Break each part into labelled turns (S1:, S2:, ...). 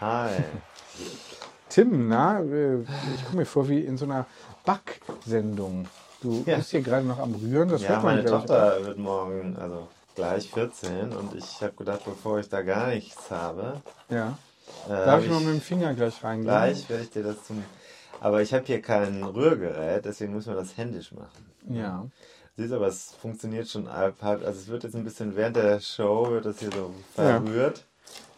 S1: Hi.
S2: Tim, na, äh, ich komme mir vor wie in so einer Backsendung. Du
S1: Ja.
S2: bist hier gerade noch am Rühren, das
S1: Ja,
S2: hört man
S1: meine
S2: glaub ich.
S1: Tochter wird morgen, also gleich 14 und ich habe gedacht, bevor ich da gar nichts habe,
S2: Ja.
S1: äh,
S2: Darf
S1: hab
S2: ich mal mit dem Finger gleich reingehen?
S1: gleich werde ich dir das zum. Aber ich habe hier kein Rührgerät, deswegen müssen wir das händisch machen.
S2: Ja.
S1: Siehst aber, es funktioniert schon halb, halb. Also es wird jetzt ein bisschen während der Show wird das hier so verrührt.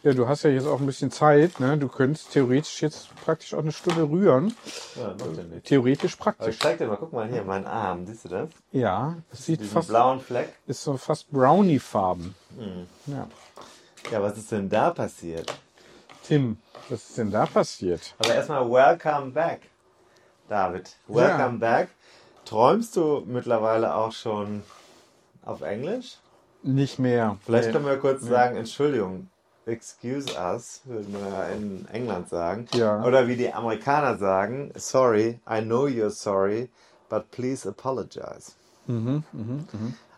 S2: Ja, du hast ja jetzt auch ein bisschen Zeit, ne? Du könntest theoretisch jetzt praktisch auch eine Stunde rühren.
S1: Ja, macht ja nichts.
S2: Theoretisch
S1: Aber ich
S2: praktisch.
S1: zeig dir mal, guck mal hier, mein Arm, siehst du das?
S2: Ja, es sieht
S1: Diesen
S2: fast,
S1: blauen Fleck.
S2: ist so fast Brownie-Farben.
S1: Mhm.
S2: Ja.
S1: Ja, was ist denn da passiert?
S2: Tim, was ist denn da passiert?
S1: Aber erstmal welcome back, David. Welcome back. Träumst du mittlerweile auch schon auf Englisch?
S2: Nicht mehr.
S1: Vielleicht
S2: Nee.
S1: können wir kurz sagen, Entschuldigung, excuse us, würde man ja in England sagen.
S2: Ja.
S1: Oder wie die Amerikaner sagen, sorry, I know you're sorry, but please apologize.
S2: Mhm,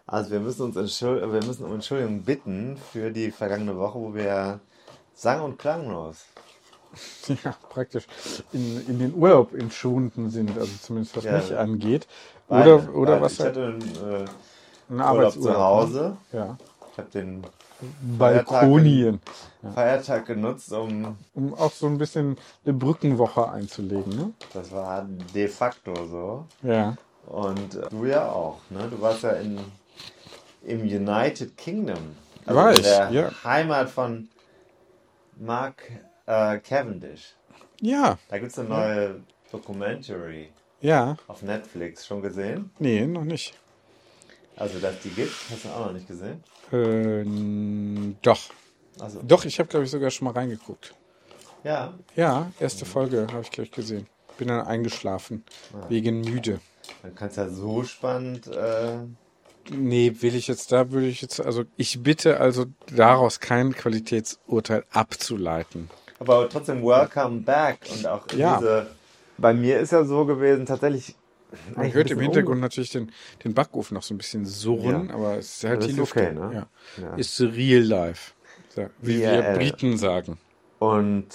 S1: Also wir müssen uns entschuld wir müssen um Entschuldigung bitten für die vergangene Woche, wo wir sang- und klanglos
S2: ja, praktisch in, in den Urlaub entschwunden sind, also zumindest was
S1: Ja.
S2: mich angeht.
S1: Beide,
S2: Oder, oder
S1: beide.
S2: was halt
S1: Ich hatte einen äh,
S2: ein
S1: Urlaub zu Hause.
S2: ne? Ja.
S1: Ich habe den
S2: Balkonien.
S1: Feiertag genutzt, um.
S2: Um auch so ein bisschen eine Brückenwoche einzulegen, ne?
S1: Das war de facto so.
S2: Ja.
S1: Und äh, du ja auch, ne? Du warst ja in, im United Kingdom. Also
S2: War
S1: in
S2: ich,
S1: der
S2: ja.
S1: Heimat von Mark äh, Cavendish.
S2: Ja,
S1: Da gibt es eine neue Documentary
S2: ja.
S1: auf Netflix. Schon gesehen?
S2: Nee, noch nicht.
S1: Also, dass die gibt, hast du auch noch nicht gesehen?
S2: Ähm, doch.
S1: Also,
S2: Doch, ich habe, glaube ich, sogar schon mal reingeguckt.
S1: ja.
S2: Ja, erste Folge habe ich, glaube ich, gesehen. Bin dann eingeschlafen.
S1: Ah.
S2: Wegen müde.
S1: Dann kannst du ja so spannend. Äh,
S2: Nee, will ich jetzt, da würde ich jetzt, also ich bitte also daraus kein Qualitätsurteil abzuleiten.
S1: Aber trotzdem, welcome back. Und auch
S2: Ja.
S1: diese. Bei mir ist ja so gewesen, tatsächlich.
S2: Man hört im Hintergrund natürlich den, den Backofen noch so ein bisschen
S1: um.
S2: surren,
S1: Ja.
S2: aber es ist halt
S1: Das
S2: die
S1: ist
S2: Luft.
S1: okay, ne?
S2: ja.
S1: Ja. äh,
S2: Ist real life. Ja, Wie wir
S1: Yeah.
S2: Briten sagen.
S1: Und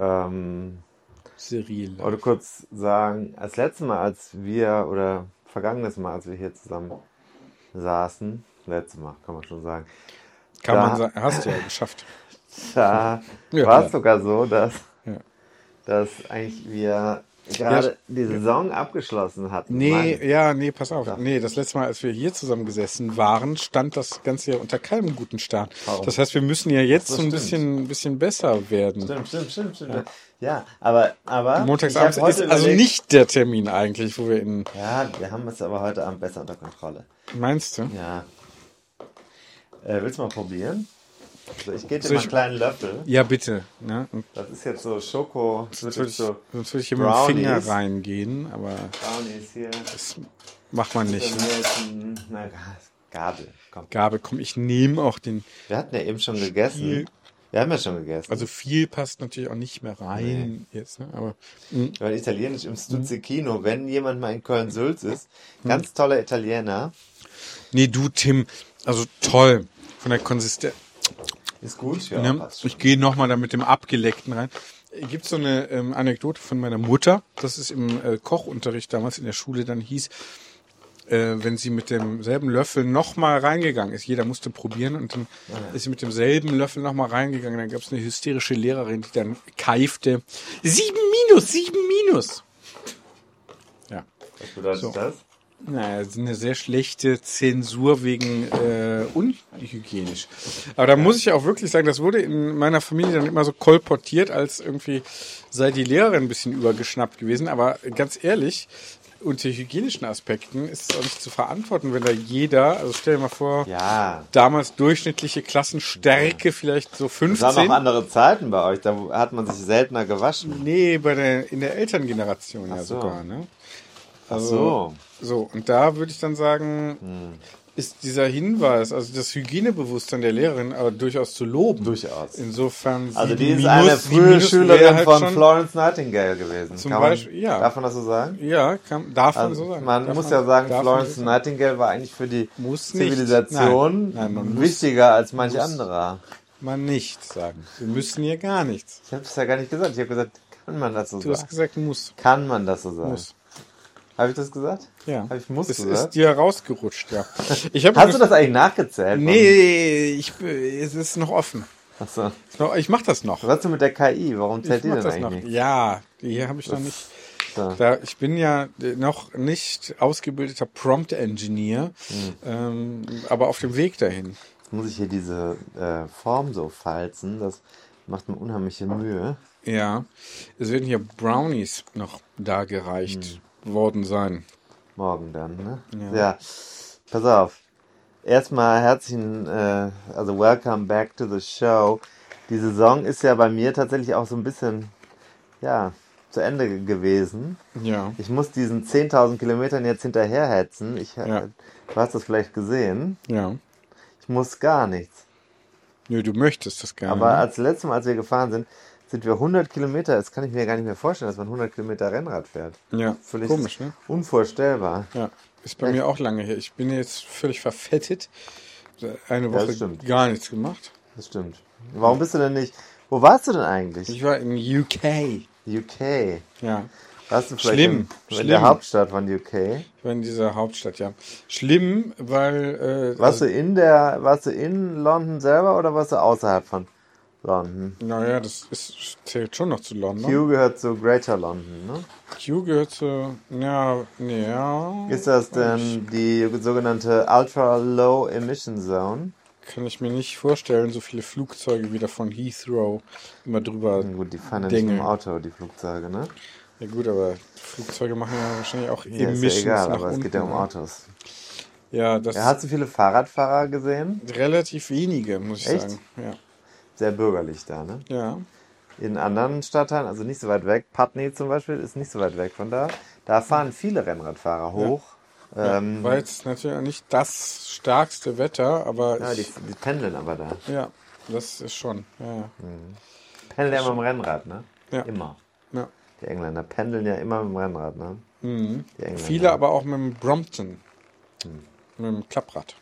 S1: ähm,
S2: Surreal life.
S1: wollte kurz sagen, als letztes Mal, als wir, oder vergangenes Mal, als wir hier zusammen saßen, letztes Mal, kann man schon sagen,
S2: Kann
S1: da-
S2: man sagen, hast du ja geschafft.
S1: da
S2: Ja.
S1: war es sogar so, dass,
S2: Ja.
S1: dass eigentlich wir gerade
S2: Ja.
S1: die Saison abgeschlossen hatten.
S2: Nee,
S1: Mann.
S2: ja, nee, pass auf. Nee, das letzte Mal, als wir hier zusammen gesessen waren, stand das Ganze ja unter keinem guten Start. Das heißt, wir müssen ja jetzt
S1: Das
S2: so ein
S1: stimmt.
S2: bisschen, ein bisschen besser werden.
S1: Stimmt, stimmt, stimmt, stimmt. Ja, aber, aber.
S2: Montagsabends
S1: ich hab heute
S2: ist also
S1: überlegt-
S2: nicht der Termin eigentlich, wo wir in.
S1: Ja, wir haben es aber heute Abend besser unter Kontrolle.
S2: Meinst du?
S1: Ja. Äh, willst du mal probieren? Also ich gebe dir
S2: Soll
S1: mal
S2: ich-
S1: einen kleinen Löffel.
S2: Ja, bitte. Ne? Und
S1: Das ist jetzt so Schoko. Das wird
S2: Sonst würde
S1: jetzt
S2: ich,
S1: so
S2: sonst würde ich hier mit dem
S1: Brownies.
S2: Finger reingehen, aber
S1: Brownies hier.
S2: das macht man nicht.
S1: Dann
S2: Ne?
S1: hier jetzt ein, na, Gabel. Komm.
S2: Gabel, komm, ich nehme auch den.
S1: Wir hatten ja eben schon gegessen.
S2: Spiel.
S1: Wir haben ja schon gegessen.
S2: Also viel passt natürlich auch nicht mehr rein jetzt, ne? aber mh,
S1: Weil Italienisch
S2: Hm?
S1: im Stuzzicchino, wenn jemand mal in Köln-Sülz ist, ganz toller Italiener.
S2: nee, du Tim, also toll von der Konsistenz.
S1: Ist gut, ja.
S2: ne?
S1: passt schon.
S2: Ich gehe nochmal da mit dem Abgeleckten rein. Gibt so eine ähm, Anekdote von meiner Mutter, dass es im äh, Kochunterricht damals in der Schule dann hieß, äh, wenn sie mit demselben Löffel nochmal reingegangen ist. Jeder musste probieren und dann
S1: Ah,
S2: ist sie mit demselben Löffel nochmal reingegangen. Dann gab es eine hysterische Lehrerin, die dann keifte. Sieben minus, sieben minus. Ja.
S1: Was bedeutet
S2: So.
S1: das?
S2: Naja, das ist eine sehr schlechte Zensur wegen äh, unhygienisch. Aber da muss ich auch wirklich sagen, das wurde in meiner Familie dann immer so kolportiert, als irgendwie sei die Lehrerin ein bisschen übergeschnappt gewesen. Aber ganz ehrlich, unter hygienischen Aspekten ist es auch nicht zu verantworten, wenn da jeder, also stell dir mal vor,
S1: Ja.
S2: damals durchschnittliche Klassenstärke vielleicht so
S1: Es waren
S2: 15.
S1: noch andere Zeiten bei euch, da hat man sich seltener gewaschen.
S2: Nee, bei der, in der Elterngeneration ja
S1: so.
S2: sogar, ne?
S1: so.
S2: So, und da würde ich dann sagen, ist dieser Hinweis, also das Hygienebewusstsein der Lehrerin, aber durchaus zu loben.
S1: Durchaus.
S2: Insofern. sie
S1: Also die ist
S2: minus-
S1: eine
S2: sie
S1: frühe
S2: minus wäre
S1: Schülerin
S2: halt
S1: von
S2: schon-
S1: Florence Nightingale gewesen.
S2: Zum
S1: Kann man,
S2: Beispiel, ja.
S1: Darf man das so sagen?
S2: Ja, kann, darf man
S1: Also,
S2: so sagen.
S1: man
S2: darf
S1: muss ja sagen,
S2: darf man
S1: Florence
S2: so sagen.
S1: Nightingale war eigentlich für die
S2: Muss nicht.
S1: Zivilisation
S2: Nein, nein, man muss-
S1: wichtiger als manch anderer.
S2: Man nicht sagen. Wir müssen hier gar nichts.
S1: Ich habe es ja gar nicht gesagt. Ich habe gesagt, kann man das so
S2: Du hast
S1: sagen?
S2: gesagt, muss.
S1: Kann man das so sagen?
S2: Muss.
S1: Habe ich das gesagt?
S2: Ja.
S1: Habe Also ich muss
S2: es ist
S1: gesagt?
S2: dir rausgerutscht, ja. Ich hab
S1: Hast du das eigentlich nachgezählt?
S2: Nee, ich, es ist noch offen.
S1: Achso.
S2: Ich mach das noch.
S1: Was hast du mit der KI? Warum
S2: Ich
S1: zählt die
S2: mach
S1: denn
S2: das noch.
S1: eigentlich nicht?
S2: Ja, hier habe ich noch nicht.
S1: So.
S2: Da, ich bin ja äh, noch nicht ausgebildeter Prompt-Engineer, ähm, aber auf dem Weg dahin.
S1: Jetzt muss ich hier diese äh, Form so falzen. Das macht mir unheimliche Mühe.
S2: Ja, es werden hier Brownies noch da gereicht
S1: Hm.
S2: worden sein.
S1: Morgen dann, ne? Ja. Pass auf. Erstmal herzlichen, äh, also welcome back to the show. Die Saison ist ja bei mir tatsächlich auch so ein bisschen, ja, zu Ende ge- gewesen.
S2: Ja,
S1: Ich muss diesen 10.000 Kilometern jetzt hinterherhetzen. Ich, äh,
S2: Ja.
S1: Du hast das vielleicht gesehen.
S2: ja.
S1: Ich muss gar nichts.
S2: Nö, du möchtest das gerne.
S1: Aber
S2: ne?
S1: als letztes Mal, als wir gefahren sind, sind wir 100 Kilometer. Das kann ich mir gar nicht mehr vorstellen, dass man 100 Kilometer Rennrad fährt.
S2: ja,
S1: Völlig
S2: komisch, ne?
S1: unvorstellbar.
S2: Ja, ist bei mir auch lange her. Ich bin jetzt völlig verfettet. Eine
S1: das
S2: Woche
S1: stimmt.
S2: gar nichts gemacht.
S1: Das stimmt. Warum bist du denn nicht? Wo warst du denn eigentlich?
S2: Ich war in UK.
S1: UK.
S2: Ja,
S1: Warst du vielleicht
S2: Schlimm,
S1: In, in
S2: schlimm.
S1: der Hauptstadt von UK?
S2: ich war in dieser Hauptstadt, ja. Schlimm, weil... Äh,
S1: Warst du in der, warst du in London selber oder warst du außerhalb von London?
S2: Naja, das ist, zählt schon noch zu London.
S1: Q gehört zu Greater London, ne?
S2: Q gehört zu. Ja, nee, ja.
S1: Ist das denn die sogenannte Ultra Low Emission Zone?
S2: Kann ich mir nicht vorstellen, so viele Flugzeuge wieder von Heathrow immer drüber.
S1: Na Gut, die fahren ja nicht
S2: Dinge.
S1: im Auto, die Flugzeuge, ne?
S2: Ja, gut, aber Flugzeuge machen ja wahrscheinlich auch
S1: Ja, ist ja
S2: Emissions
S1: egal,
S2: nach
S1: aber es
S2: unten.
S1: geht ja um
S2: ne?
S1: Autos.
S2: Ja, das
S1: Ja, hast du viele Fahrradfahrer gesehen?
S2: sind relativ wenige, muss ich
S1: Echt?
S2: sagen. Ja.
S1: Sehr bürgerlich da, ne?
S2: ja.
S1: In anderen Stadtteilen, also nicht so weit weg, Putney zum Beispiel ist nicht so weit weg von da. Da fahren viele Rennradfahrer hoch. Ja, ähm,
S2: War jetzt natürlich auch nicht das stärkste Wetter, aber
S1: ja,
S2: ja,
S1: die, die pendeln aber da.
S2: ja das ist schon. Ja, ja.
S1: Pendeln ja immer mit dem Rennrad, ne?
S2: Ja.
S1: Immer.
S2: ja. Hm.
S1: Die Engländer pendeln ja immer mit dem Rennrad, ne? Die Engländer.
S2: Viele aber auch mit dem Brompton. Mit dem Klapprad.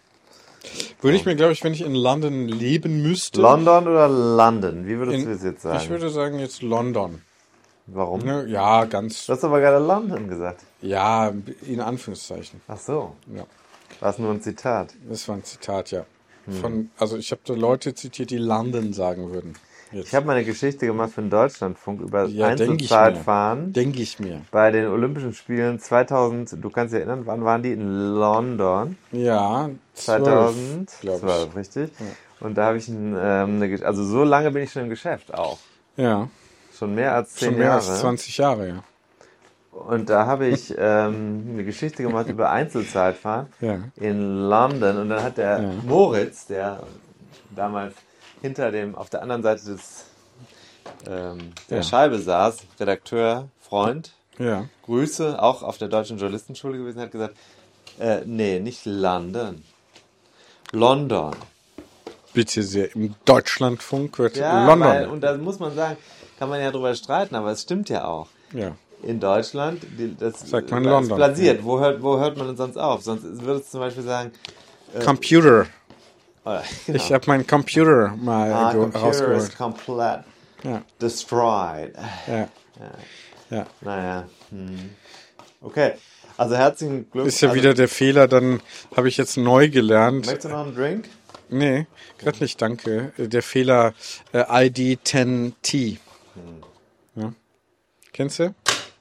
S2: Würde ich mir, glaube ich, wenn ich in London leben müsste.
S1: London oder London? Wie würdest
S2: in,
S1: du es jetzt
S2: Ich
S1: sagen?
S2: würde sagen, jetzt London.
S1: Warum?
S2: Ne? Ja, ganz.
S1: Du hast aber gerade London gesagt.
S2: Ja, in Anführungszeichen.
S1: Ach so,
S2: Ja.
S1: war es nur ein Zitat.
S2: Das war ein Zitat, ja.
S1: Hm.
S2: Von, also ich habe da Leute zitiert, die London sagen würden.
S1: Ich habe mal eine Geschichte gemacht für den Deutschlandfunk über
S2: Ja, denke ich mir.
S1: Einzelzeitfahren.
S2: Denke ich mir.
S1: Bei den Olympischen Spielen 2000, du kannst dich erinnern, wann waren die? In London.
S2: Ja, 12, glaube
S1: 2012, richtig. Und da habe ich ein, ähm, eine, Gesch- also so lange bin ich schon im Geschäft auch.
S2: ich. Ja,
S1: Schon mehr als zehn
S2: schon mehr
S1: Jahre.
S2: als 20 Jahre, ja.
S1: Und da habe ich ähm, eine Geschichte gemacht über Einzelzeitfahren
S2: Ja.
S1: in London. Und dann hat der
S2: Ja.
S1: Moritz, der damals hinter dem, auf der anderen Seite des, ähm, der
S2: Ja.
S1: Scheibe saß, Redakteur, Freund,
S2: Ja,
S1: Grüße, auch auf der Deutschen Journalistenschule gewesen, hat gesagt, äh, nee, nicht London. London.
S2: bitte sehr. Im Deutschlandfunk wird
S1: Ja,
S2: London.
S1: Weil, und da muss man sagen, kann man ja drüber streiten, aber es stimmt ja auch.
S2: ja.
S1: in Deutschland, die, das
S2: Sagt man
S1: das ist
S2: London.
S1: platziert. Wo hört, wo hört man denn sonst auf? Sonst würde es zum Beispiel sagen, äh,
S2: Computer.
S1: oh,
S2: Ich habe meinen Computer mal
S1: ah,
S2: ge-
S1: computer is
S2: rausgeholt.
S1: complete
S2: Ja,
S1: destroyed.
S2: ja, ja.
S1: Naja, hm. Okay, also herzlichen Glückwunsch.
S2: Ist ja
S1: also,
S2: wieder der Fehler, dann habe ich jetzt neu gelernt.
S1: Möchtest du noch einen Drink?
S2: Nee, gerade nicht, danke. Äh, Der Fehler äh, ID 10T. Ja. Kennst du?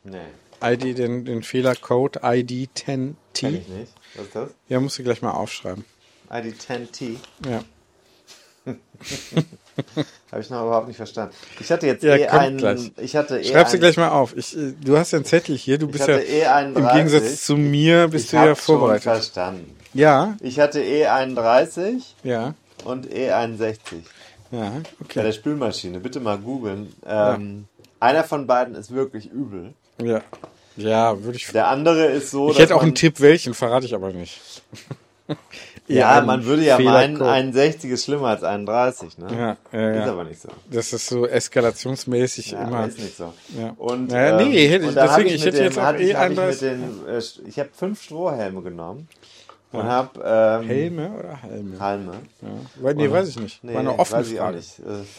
S1: Nee,
S2: ID, den, den Fehlercode ID
S1: kenn
S2: 10T.
S1: ich nicht. Was ist das? Ah,
S2: Ja, musst du gleich mal aufschreiben.
S1: ID 10T.
S2: Ja.
S1: Habe ich noch überhaupt nicht verstanden. Ich hatte jetzt
S2: Ja,
S1: eh
S2: kommt
S1: einen.
S2: gleich.
S1: Ich hatte eh
S2: Schreib sie
S1: einen,
S2: gleich mal auf. Ich, äh, du hast ja einen Zettel hier. Du bist ja
S1: hatte eh einen
S2: im
S1: 30.
S2: Gegensatz zu mir bist
S1: Ich
S2: du ja
S1: hab's schon
S2: vorbereitet.
S1: verstanden.
S2: Ja,
S1: Ich hatte eh E31
S2: ja,
S1: und E61.
S2: ja.
S1: Bei
S2: Okay.
S1: der Spülmaschine, bitte mal googeln. Ähm, Einer von beiden ist wirklich übel.
S2: Ja, ja würde ich.
S1: Der andere ist so.
S2: Ich hätte auch
S1: man,
S2: einen Tipp, welchen verrate ich aber nicht.
S1: Ja,
S2: Eher
S1: man
S2: ein
S1: würde ja meinen,
S2: Fehlercode.
S1: 61 ist schlimmer als 31, ne?
S2: Ja, ja, ja.
S1: Ist aber nicht so.
S2: Das ist so eskalationsmäßig
S1: Ja,
S2: immer.
S1: ist nicht so.
S2: Ja.
S1: Und,
S2: Naja,
S1: ähm,
S2: nee, hätte ich-
S1: und dann hab
S2: deswegen, ich
S1: mit
S2: hätte
S1: dem-
S2: jetzt auch
S1: hab ich-
S2: eh
S1: hab ich
S2: anders-
S1: mit den, äh, St- Ich habe fünf Strohhelme genommen und habe ähm,
S2: Helme oder Halme?
S1: Halme.
S2: Ja. Weil, nee, weiß ich nicht.
S1: Nee,
S2: War eine offene
S1: weiß ich auch
S2: Frage.
S1: nicht.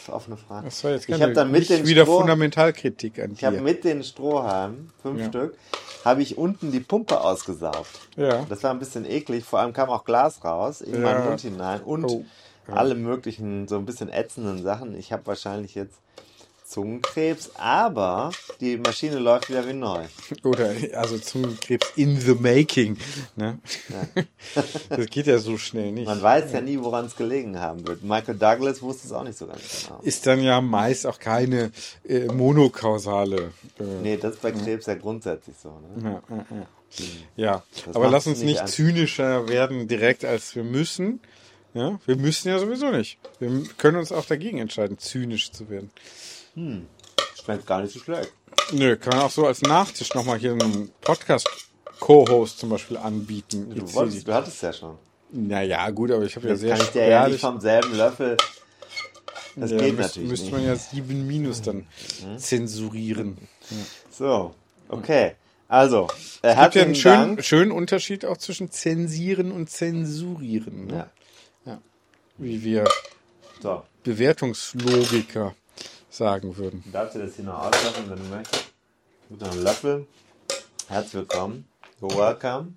S1: Äh, offene Frage.
S2: Das war jetzt
S1: ich
S2: keine-
S1: habe dann mit
S2: nicht
S1: den
S2: wieder
S1: Stroh-
S2: Fundamentalkritik an
S1: Ich habe
S2: dir.
S1: mit den Strohhalmen, fünf
S2: Ja.
S1: Stück, habe ich unten die Pumpe ausgesaugt.
S2: Ja.
S1: Das war ein bisschen eklig, vor allem kam auch Glas raus in meinen
S2: Ja.
S1: Mund hinein und
S2: Oh.
S1: alle möglichen so ein bisschen ätzenden Sachen. Ich habe wahrscheinlich jetzt Zungenkrebs, aber die Maschine läuft wieder wie neu.
S2: Oder also Zungenkrebs in the making. Ne? das geht ja so schnell nicht.
S1: Man weiß ja nie, woran es gelegen haben wird. Michael Douglas wusste es auch nicht so ganz genau.
S2: Ist dann ja meist auch keine äh, monokausale. Äh,
S1: Nee, das ist bei Krebs ja grundsätzlich so. Ne?
S2: Ja, ja, ja. ja.
S1: Das
S2: aber lass
S1: macht's
S2: uns
S1: nicht
S2: nicht
S1: an-
S2: zynischer werden direkt, als wir müssen. Ja, wir müssen ja sowieso nicht. Wir m- können uns auch dagegen entscheiden, zynisch zu werden.
S1: Schmeckt gar nicht so schlecht.
S2: Nö, kann man auch so als Nachtisch nochmal hier einen Podcast-Co-Host zum Beispiel anbieten.
S1: Du,
S2: Jetzt
S1: wolltest,
S2: hier
S1: du hattest es ja schon.
S2: die- Naja, gut, aber ich habe ja
S1: Das
S2: sehr
S1: kann ich dir ja nicht
S2: spärlich.
S1: vom selben Löffel. Das
S2: Ja,
S1: geht
S2: müsst,
S1: natürlich
S2: müsste
S1: nicht.
S2: man ja 7 Minus dann zensurieren.
S1: So, okay. Also, äh,
S2: Gibt ja
S1: herzlichen
S2: einen schönen,
S1: Dank.
S2: schönen Unterschied auch zwischen zensieren und zensurieren. Ne?
S1: Ja,
S2: Wie wir
S1: so,
S2: Bewertungslogiker sagen würden.
S1: darfst du das hier noch auslassen, wenn du möchtest. Mit einem Löffel. Herzlich willkommen. You're welcome.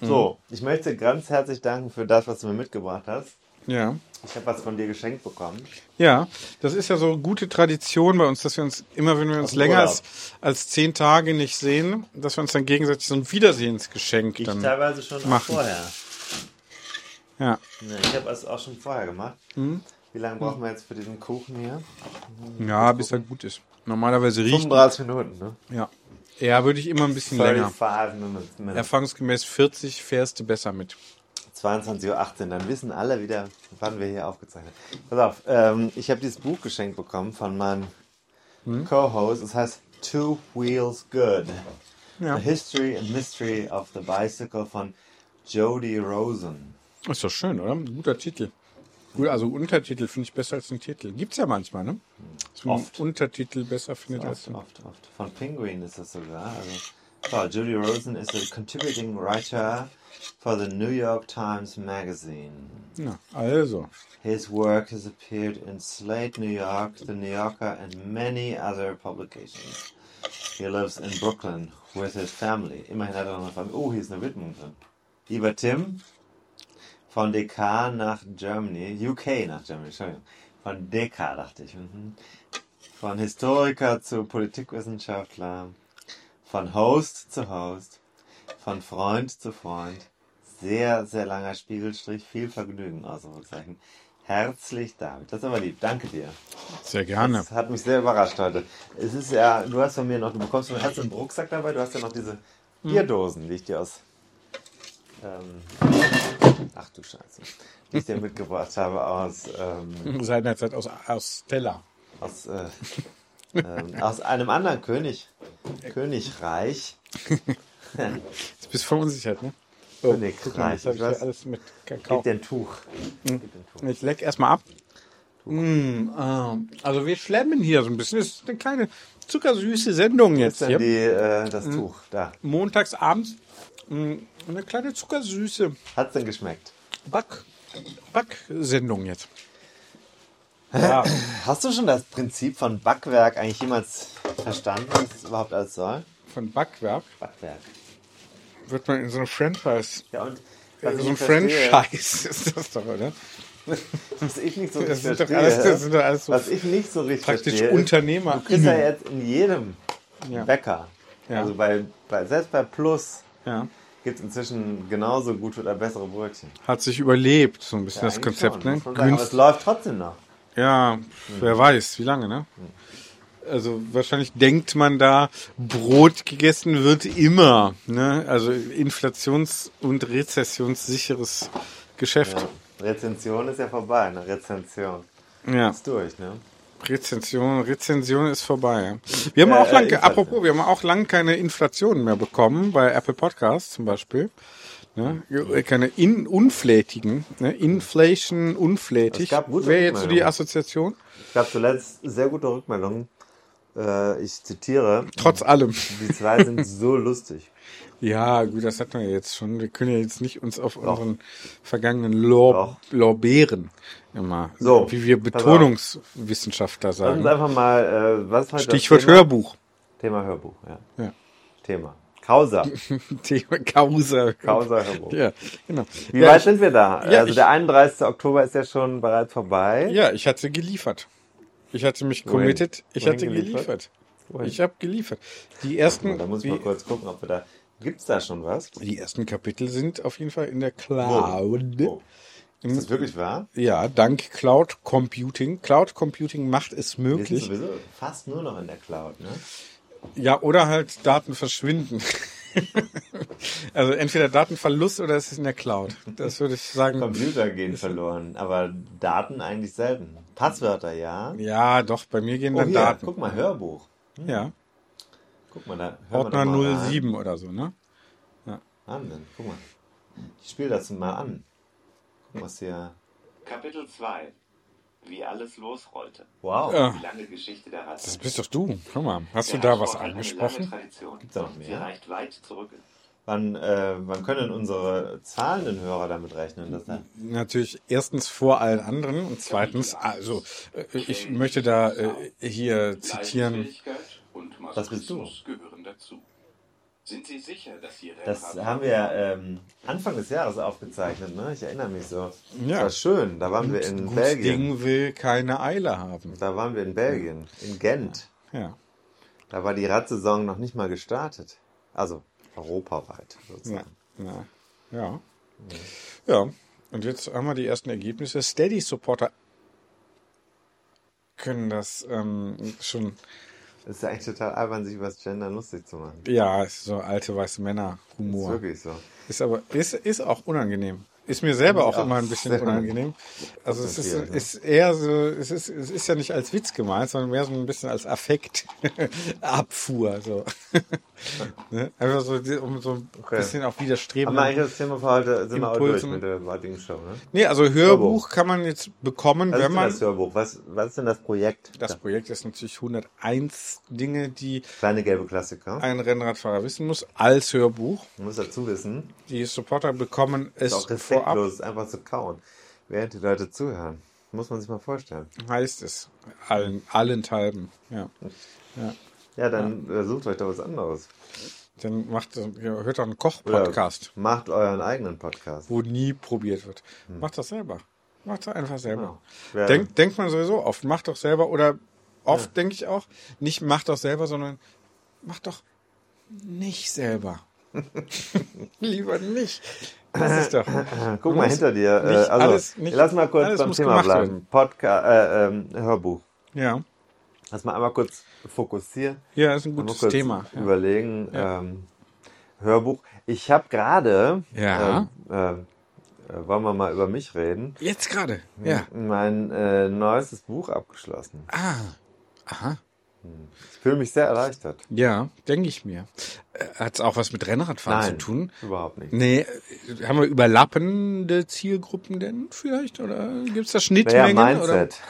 S2: Mhm.
S1: So, ich möchte ganz herzlich danken für das, was du mir mitgebracht hast.
S2: Ja.
S1: Ich habe was von dir geschenkt bekommen.
S2: Ja, das ist ja so gute Tradition bei uns, dass wir uns immer, wenn wir uns
S1: dem
S2: länger
S1: Urlaub.
S2: als, als zehn Tage nicht sehen, dass wir uns dann gegenseitig so ein Wiedersehensgeschenk
S1: Ich
S2: dann.
S1: teilweise schon auch
S2: machen.
S1: vorher.
S2: Ja.
S1: Ne, Ich habe es auch schon vorher gemacht.
S2: Mhm.
S1: Wie lange brauchen wir jetzt für diesen Kuchen hier?
S2: ja, bis er gut ist. Normalerweise riecht.
S1: 35 Minuten, ne?
S2: Ja. Ja, würde ich immer ein bisschen länger.
S1: 35 Minuten.
S2: Erfahrungsgemäß 40 fährst du besser mit.
S1: 22.18 Uhr, dann wissen alle wieder, wann wir hier aufgezeichnet haben. Pass auf, ähm, ich habe dieses Buch geschenkt bekommen von meinem Co-Host. Es heißt Two Wheels Good.
S2: Ja.
S1: The History and Mystery of the Bicycle von Jody Rosen.
S2: Ist doch schön, oder? Ein guter Titel. Gut, also Untertitel finde ich besser als ein Titel. Gibt's ja manchmal, ne? Dass man
S1: Oft.
S2: einen Untertitel besser findet
S1: Oft,
S2: als ein
S1: oft, oft. Von Penguin ist das sogar. Also, so, Jody Rosen is a contributing writer for the New York Times Magazine.
S2: Ja, also.
S1: His work has appeared in Slate, New York, The New Yorker, and many other publications. He lives in Brooklyn with his family. Immerhin hat er noch eine Familie. Oh, hier ist eine Widmung drin. Lieber Tim, von DK nach Germany, UK nach Germany, Entschuldigung. Von DK dachte ich. Mhm. Von Historiker zu Politikwissenschaftler. Von Host zu Host. Von Freund zu Freund. Sehr, sehr langer Spiegelstrich. Viel Vergnügen, Ausrufezeichen. Herzlich David. Das ist aber lieb. Danke dir.
S2: Sehr gerne.
S1: Das hat mich sehr überrascht heute. Es ist ja, du hast von mir noch, du bekommst von mir, hast du einen Rucksack dabei, du hast ja noch
S2: Hm.
S1: diese Bierdosen, die ich dir aus. Ähm, ach du Scheiße. Die ich dir mitgebracht habe aus. Ähm,
S2: Seinerzeit aus, aus Stella.
S1: aus, äh, ähm, aus einem anderen König. Königreich.
S2: Jetzt bist du verunsichert, ne?
S1: Oh, nee,
S2: Guck
S1: Königreich.
S2: mal, Jetzt habe
S1: Ich
S2: ich hier
S1: weiß,
S2: alles mit Kakao.
S1: gib dir ein Tuch. Gib dir ein Tuch.
S2: Ich leck erstmal ab. Mm, ah, also wir schlemmen hier so ein bisschen. Das ist eine kleine zuckersüße Sendung
S1: Ist
S2: jetzt
S1: denn
S2: hier.
S1: die, äh, das
S2: Mhm.
S1: Tuch da?
S2: Montags abends mm, eine kleine zuckersüße
S1: Hat's denn geschmeckt?
S2: Back Backsendung jetzt. Ja,
S1: Hast du schon das Prinzip von Backwerk eigentlich jemals verstanden, was es überhaupt alles soll?
S2: von Backwerk.
S1: Backwerk.
S2: wird man in so einem Franchise.
S1: Ja, und was
S2: Also
S1: ich
S2: so ein
S1: nicht verstehe,
S2: Franchise ist das doch, oder?
S1: was ich nicht so
S2: Das
S1: richtig
S2: sind doch
S1: verstehe,
S2: alles, das sind doch alles so
S1: was ich nicht so richtig
S2: praktisch
S1: verstehe, ist,
S2: Unternehmer. Mhm.
S1: Du kriegst ja jetzt in jedem
S2: Ja.
S1: Bäcker,
S2: Ja.
S1: also bei, bei, selbst bei Plus,
S2: Ja.
S1: gibt es inzwischen genauso gute oder bessere Brötchen.
S2: Hat sich überlebt, so ein bisschen das
S1: Eigentlich
S2: Konzept,
S1: schon,
S2: ne?
S1: muss man sagen. Aber es
S2: Günst-
S1: läuft trotzdem noch.
S2: ja, wer weiß, wie lange, ne? Also wahrscheinlich denkt man da, Brot gegessen wird immer, ne? Also inflations- und rezessionssicheres Geschäft.
S1: Ja. Rezension ist ja vorbei, eine Rezension.
S2: Ja.
S1: Ist durch, ne?
S2: Rezension, Rezension ist vorbei. ja. Wir haben
S1: Äh,
S2: auch
S1: äh,
S2: lang,
S1: Inflation.
S2: apropos, wir haben auch lang keine Inflation mehr bekommen bei Apple Podcasts zum Beispiel. Ne? Keine in, unflätigen, ne? Inflation unflätig.
S1: Es gab gute
S2: Wäre jetzt so die
S1: Rückmeldungen.
S2: Assoziation.
S1: Es gab zuletzt sehr gute Rückmeldungen. Äh, ich zitiere,
S2: Trotz allem.
S1: die zwei sind so lustig.
S2: Ja, gut, das hatten wir jetzt schon. Wir können ja jetzt nicht uns auf unseren vergangenen Lor Lorbeeren immer,
S1: So,
S2: wie wir
S1: pass auf.
S2: Betonungswissenschaftler
S1: Lass uns
S2: sagen.
S1: einfach mal, äh, was ist heute
S2: Mhm. Stichwort
S1: das Thema?
S2: Hörbuch.
S1: Thema Hörbuch, ja.
S2: Ja.
S1: Thema. Causa.
S2: Thema Causa.
S1: Causa Hörbuch.
S2: Ja, genau.
S1: Wie
S2: ja,
S1: weit
S2: ich-
S1: sind wir da?
S2: ja,
S1: also
S2: ich-
S1: der 31. Oktober ist ja schon bereits vorbei.
S2: Ja, ich hatte geliefert. Ich hatte mich
S1: Wohin?
S2: committed. Ich
S1: Wohin
S2: hatte geliefert.
S1: geliefert? Wohin?
S2: Ich habe geliefert. Die ersten,
S1: Da muss ich
S2: die,
S1: mal kurz gucken, ob wir da. Gibt's da schon was?
S2: die ersten Kapitel sind auf jeden Fall in der Cloud.
S1: Oh. Ist das wirklich wahr?
S2: Ja, dank Cloud Computing. Cloud Computing macht es
S1: Wir sind
S2: möglich.
S1: sowieso fast nur noch in der Cloud, ne?
S2: Ja, oder halt Daten verschwinden. also entweder Datenverlust oder es ist in der Cloud. Das würde ich sagen.
S1: Computer gehen verloren, aber Daten eigentlich selten. Passwörter, ja.
S2: Ja, doch, bei mir gehen
S1: Oh,
S2: dann
S1: hier,
S2: Daten.
S1: guck mal, Hörbuch.
S2: Ja.
S1: Guck mal, da hör mal
S2: Ordner
S1: doch mal rein.
S2: 07 oder so, ne?
S1: Wahnsinn, guck mal. Ich spiele das mal an. Guck mal, was hier.
S3: Kapitel 2 Wie alles losrollte.
S1: Wow.
S2: Ja.
S3: Die lange Geschichte der Rasse.
S2: Das bist doch du. Guck mal, hast du da
S3: Der Radsport
S2: was
S3: hat eine
S2: angesprochen?
S3: lange Tradition.
S1: Gibt's da noch mehr?
S3: Sie reicht weit zurück.
S1: Wann, äh, wann können unsere zahlenden Hörer damit rechnen? Dass da
S2: Natürlich erstens vor allen anderen und zweitens, also äh, ich möchte da äh, hier zitieren,
S4: Leidensfähigkeit und
S1: Das bist du.
S4: Masochismus gehören dazu. Sind Sie sicher, dass Sie Rennrad
S1: Das haben wir ähm, Anfang des Jahres aufgezeichnet, ne? Ich erinnere mich so.
S2: Ja.
S1: Das war schön. Da waren wir in
S2: gutes
S1: Belgien.
S2: Ding will keine Eile haben.
S1: Da waren wir in Belgien, in Gent.
S2: Ja.
S1: Da war die Radsaison noch nicht mal gestartet. Also europaweit
S2: Ja.
S1: sozusagen.
S2: Ja. ja. Ja. Und jetzt haben wir die ersten Ergebnisse. Steady Supporter können das ähm, schon,
S1: Das ist ja eigentlich total albern, sich über das Gender lustig zu machen.
S2: ja, ist so alte weiße
S1: Das ist
S2: Männer-Humor.
S1: wirklich so.
S2: Ist aber ist, ist auch unangenehm. Ist mir selber auch
S1: Ja,
S2: immer ein bisschen
S1: sehr
S2: unangenehm. Also es ist,
S1: konzentriert, ne?
S2: ist eher so, es ist, es ist ja nicht als Witz gemeint, sondern mehr so ein bisschen als Affekt Abfuhr. So. ne? Einfach so, die- um so ein
S1: Okay.
S2: bisschen auch
S1: Haben wir
S2: widerstreben.
S1: eigentlich das Thema für heute? Sind wir auch durch
S2: Impulsen.
S1: mit der heutigen Show, ne?
S2: Nee, also Hörbuch kann man jetzt bekommen,
S1: Was ist
S2: wenn
S1: denn
S2: man.
S1: das Hörbuch? Was, was ist denn das Projekt?
S2: Das
S1: Also Ja.
S2: Projekt ist natürlich 101 Dinge, die
S1: Kleine gelbe Klassiker.
S2: ein Rennradfahrer wissen muss, als Hörbuch.
S1: Man muss dazu wissen,
S2: Die Supporter bekommen
S1: ist
S2: es
S1: auch
S2: vorab.
S1: respektlos, einfach zu kauen, während die Leute zuhören. Muss man sich mal vorstellen.
S2: heißt es. Allen, allenthalben. Ja.
S1: Ja, dann äh, sucht euch doch was anderes.
S2: Dann macht, hört doch einen
S1: Oder
S2: Koch-Podcast,
S1: Macht euren eigenen Podcast.
S2: wo nie probiert wird. Macht das selber. Macht das einfach selber.
S1: Hm. Ja. Ja.
S2: Denkt, denkt man sowieso oft, macht doch selber. Oder oft denke ich auch, nicht macht doch selber, sondern macht doch nicht selber. Lieber nicht. Das ist doch.
S1: Guck mal
S2: Muss
S1: hinter dir. Äh,
S2: nicht
S1: also,
S2: alles- nicht-
S1: lass mal kurz
S2: alles
S1: beim
S2: muss
S1: Thema
S2: gemacht
S1: bleiben. Podcast, äh, ähm, Hörbuch.
S2: Ja.
S1: Lass mal einmal kurz fokussieren.
S2: Ja, ist ein
S1: Mal
S2: gutes
S1: kurz
S2: Thema. Ja.
S1: Überlegen. Ähm, Hörbuch. Ich habe gerade.
S2: Ja.
S1: Ähm, äh, äh, wollen wir mal über mich reden?
S2: Jetzt gerade. Ja.
S1: Mein äh, neuestes Buch abgeschlossen.
S2: Ah. Aha.
S1: Ich fühle mich sehr erleichtert.
S2: Ja, denke ich mir. Hat es auch was mit Rennradfahren
S1: Nein,
S2: zu tun?
S1: überhaupt nicht.
S2: Nee, äh, haben wir überlappende Zielgruppen denn vielleicht? Oder gibt es da
S1: Naja,
S2: Schnittmengen? Oder?
S1: Mindset.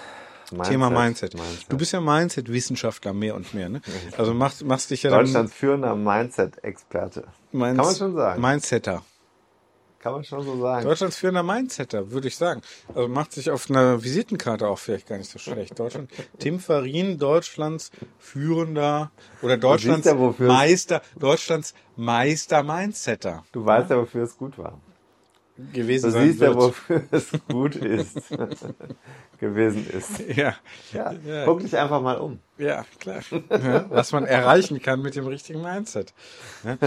S1: Mindset.
S2: Thema Mindset.
S1: Mindset. Mhm.
S2: Du bist ja Mindset-Wissenschaftler mehr und mehr, ne? Also machst, machst dich ja dann
S1: Deutschlands führender Mindset-Experte.
S2: Minds-
S1: kann man schon sagen.
S2: Mindsetter.
S1: Kann man schon so sagen.
S2: Deutschlands führender Mindsetter, würde ich sagen. Also macht sich auf einer Visitenkarte auch vielleicht gar nicht so schlecht. Deutschland, Tim Farin, Deutschlands führender oder Deutschlands
S1: ja, wofür es-
S2: Meister, Deutschlands Meister Mindsetter
S1: Du weißt ja, wofür es gut war. Du
S2: gewesen sein
S1: siehst ja,
S2: wird.
S1: wofür es gut ist. gewesen ist.
S2: ja,
S1: Ja.
S2: Ja.
S1: Guck dich einfach mal um.
S2: ja, klar. Ja, was man erreichen kann mit dem richtigen Mindset. Ja,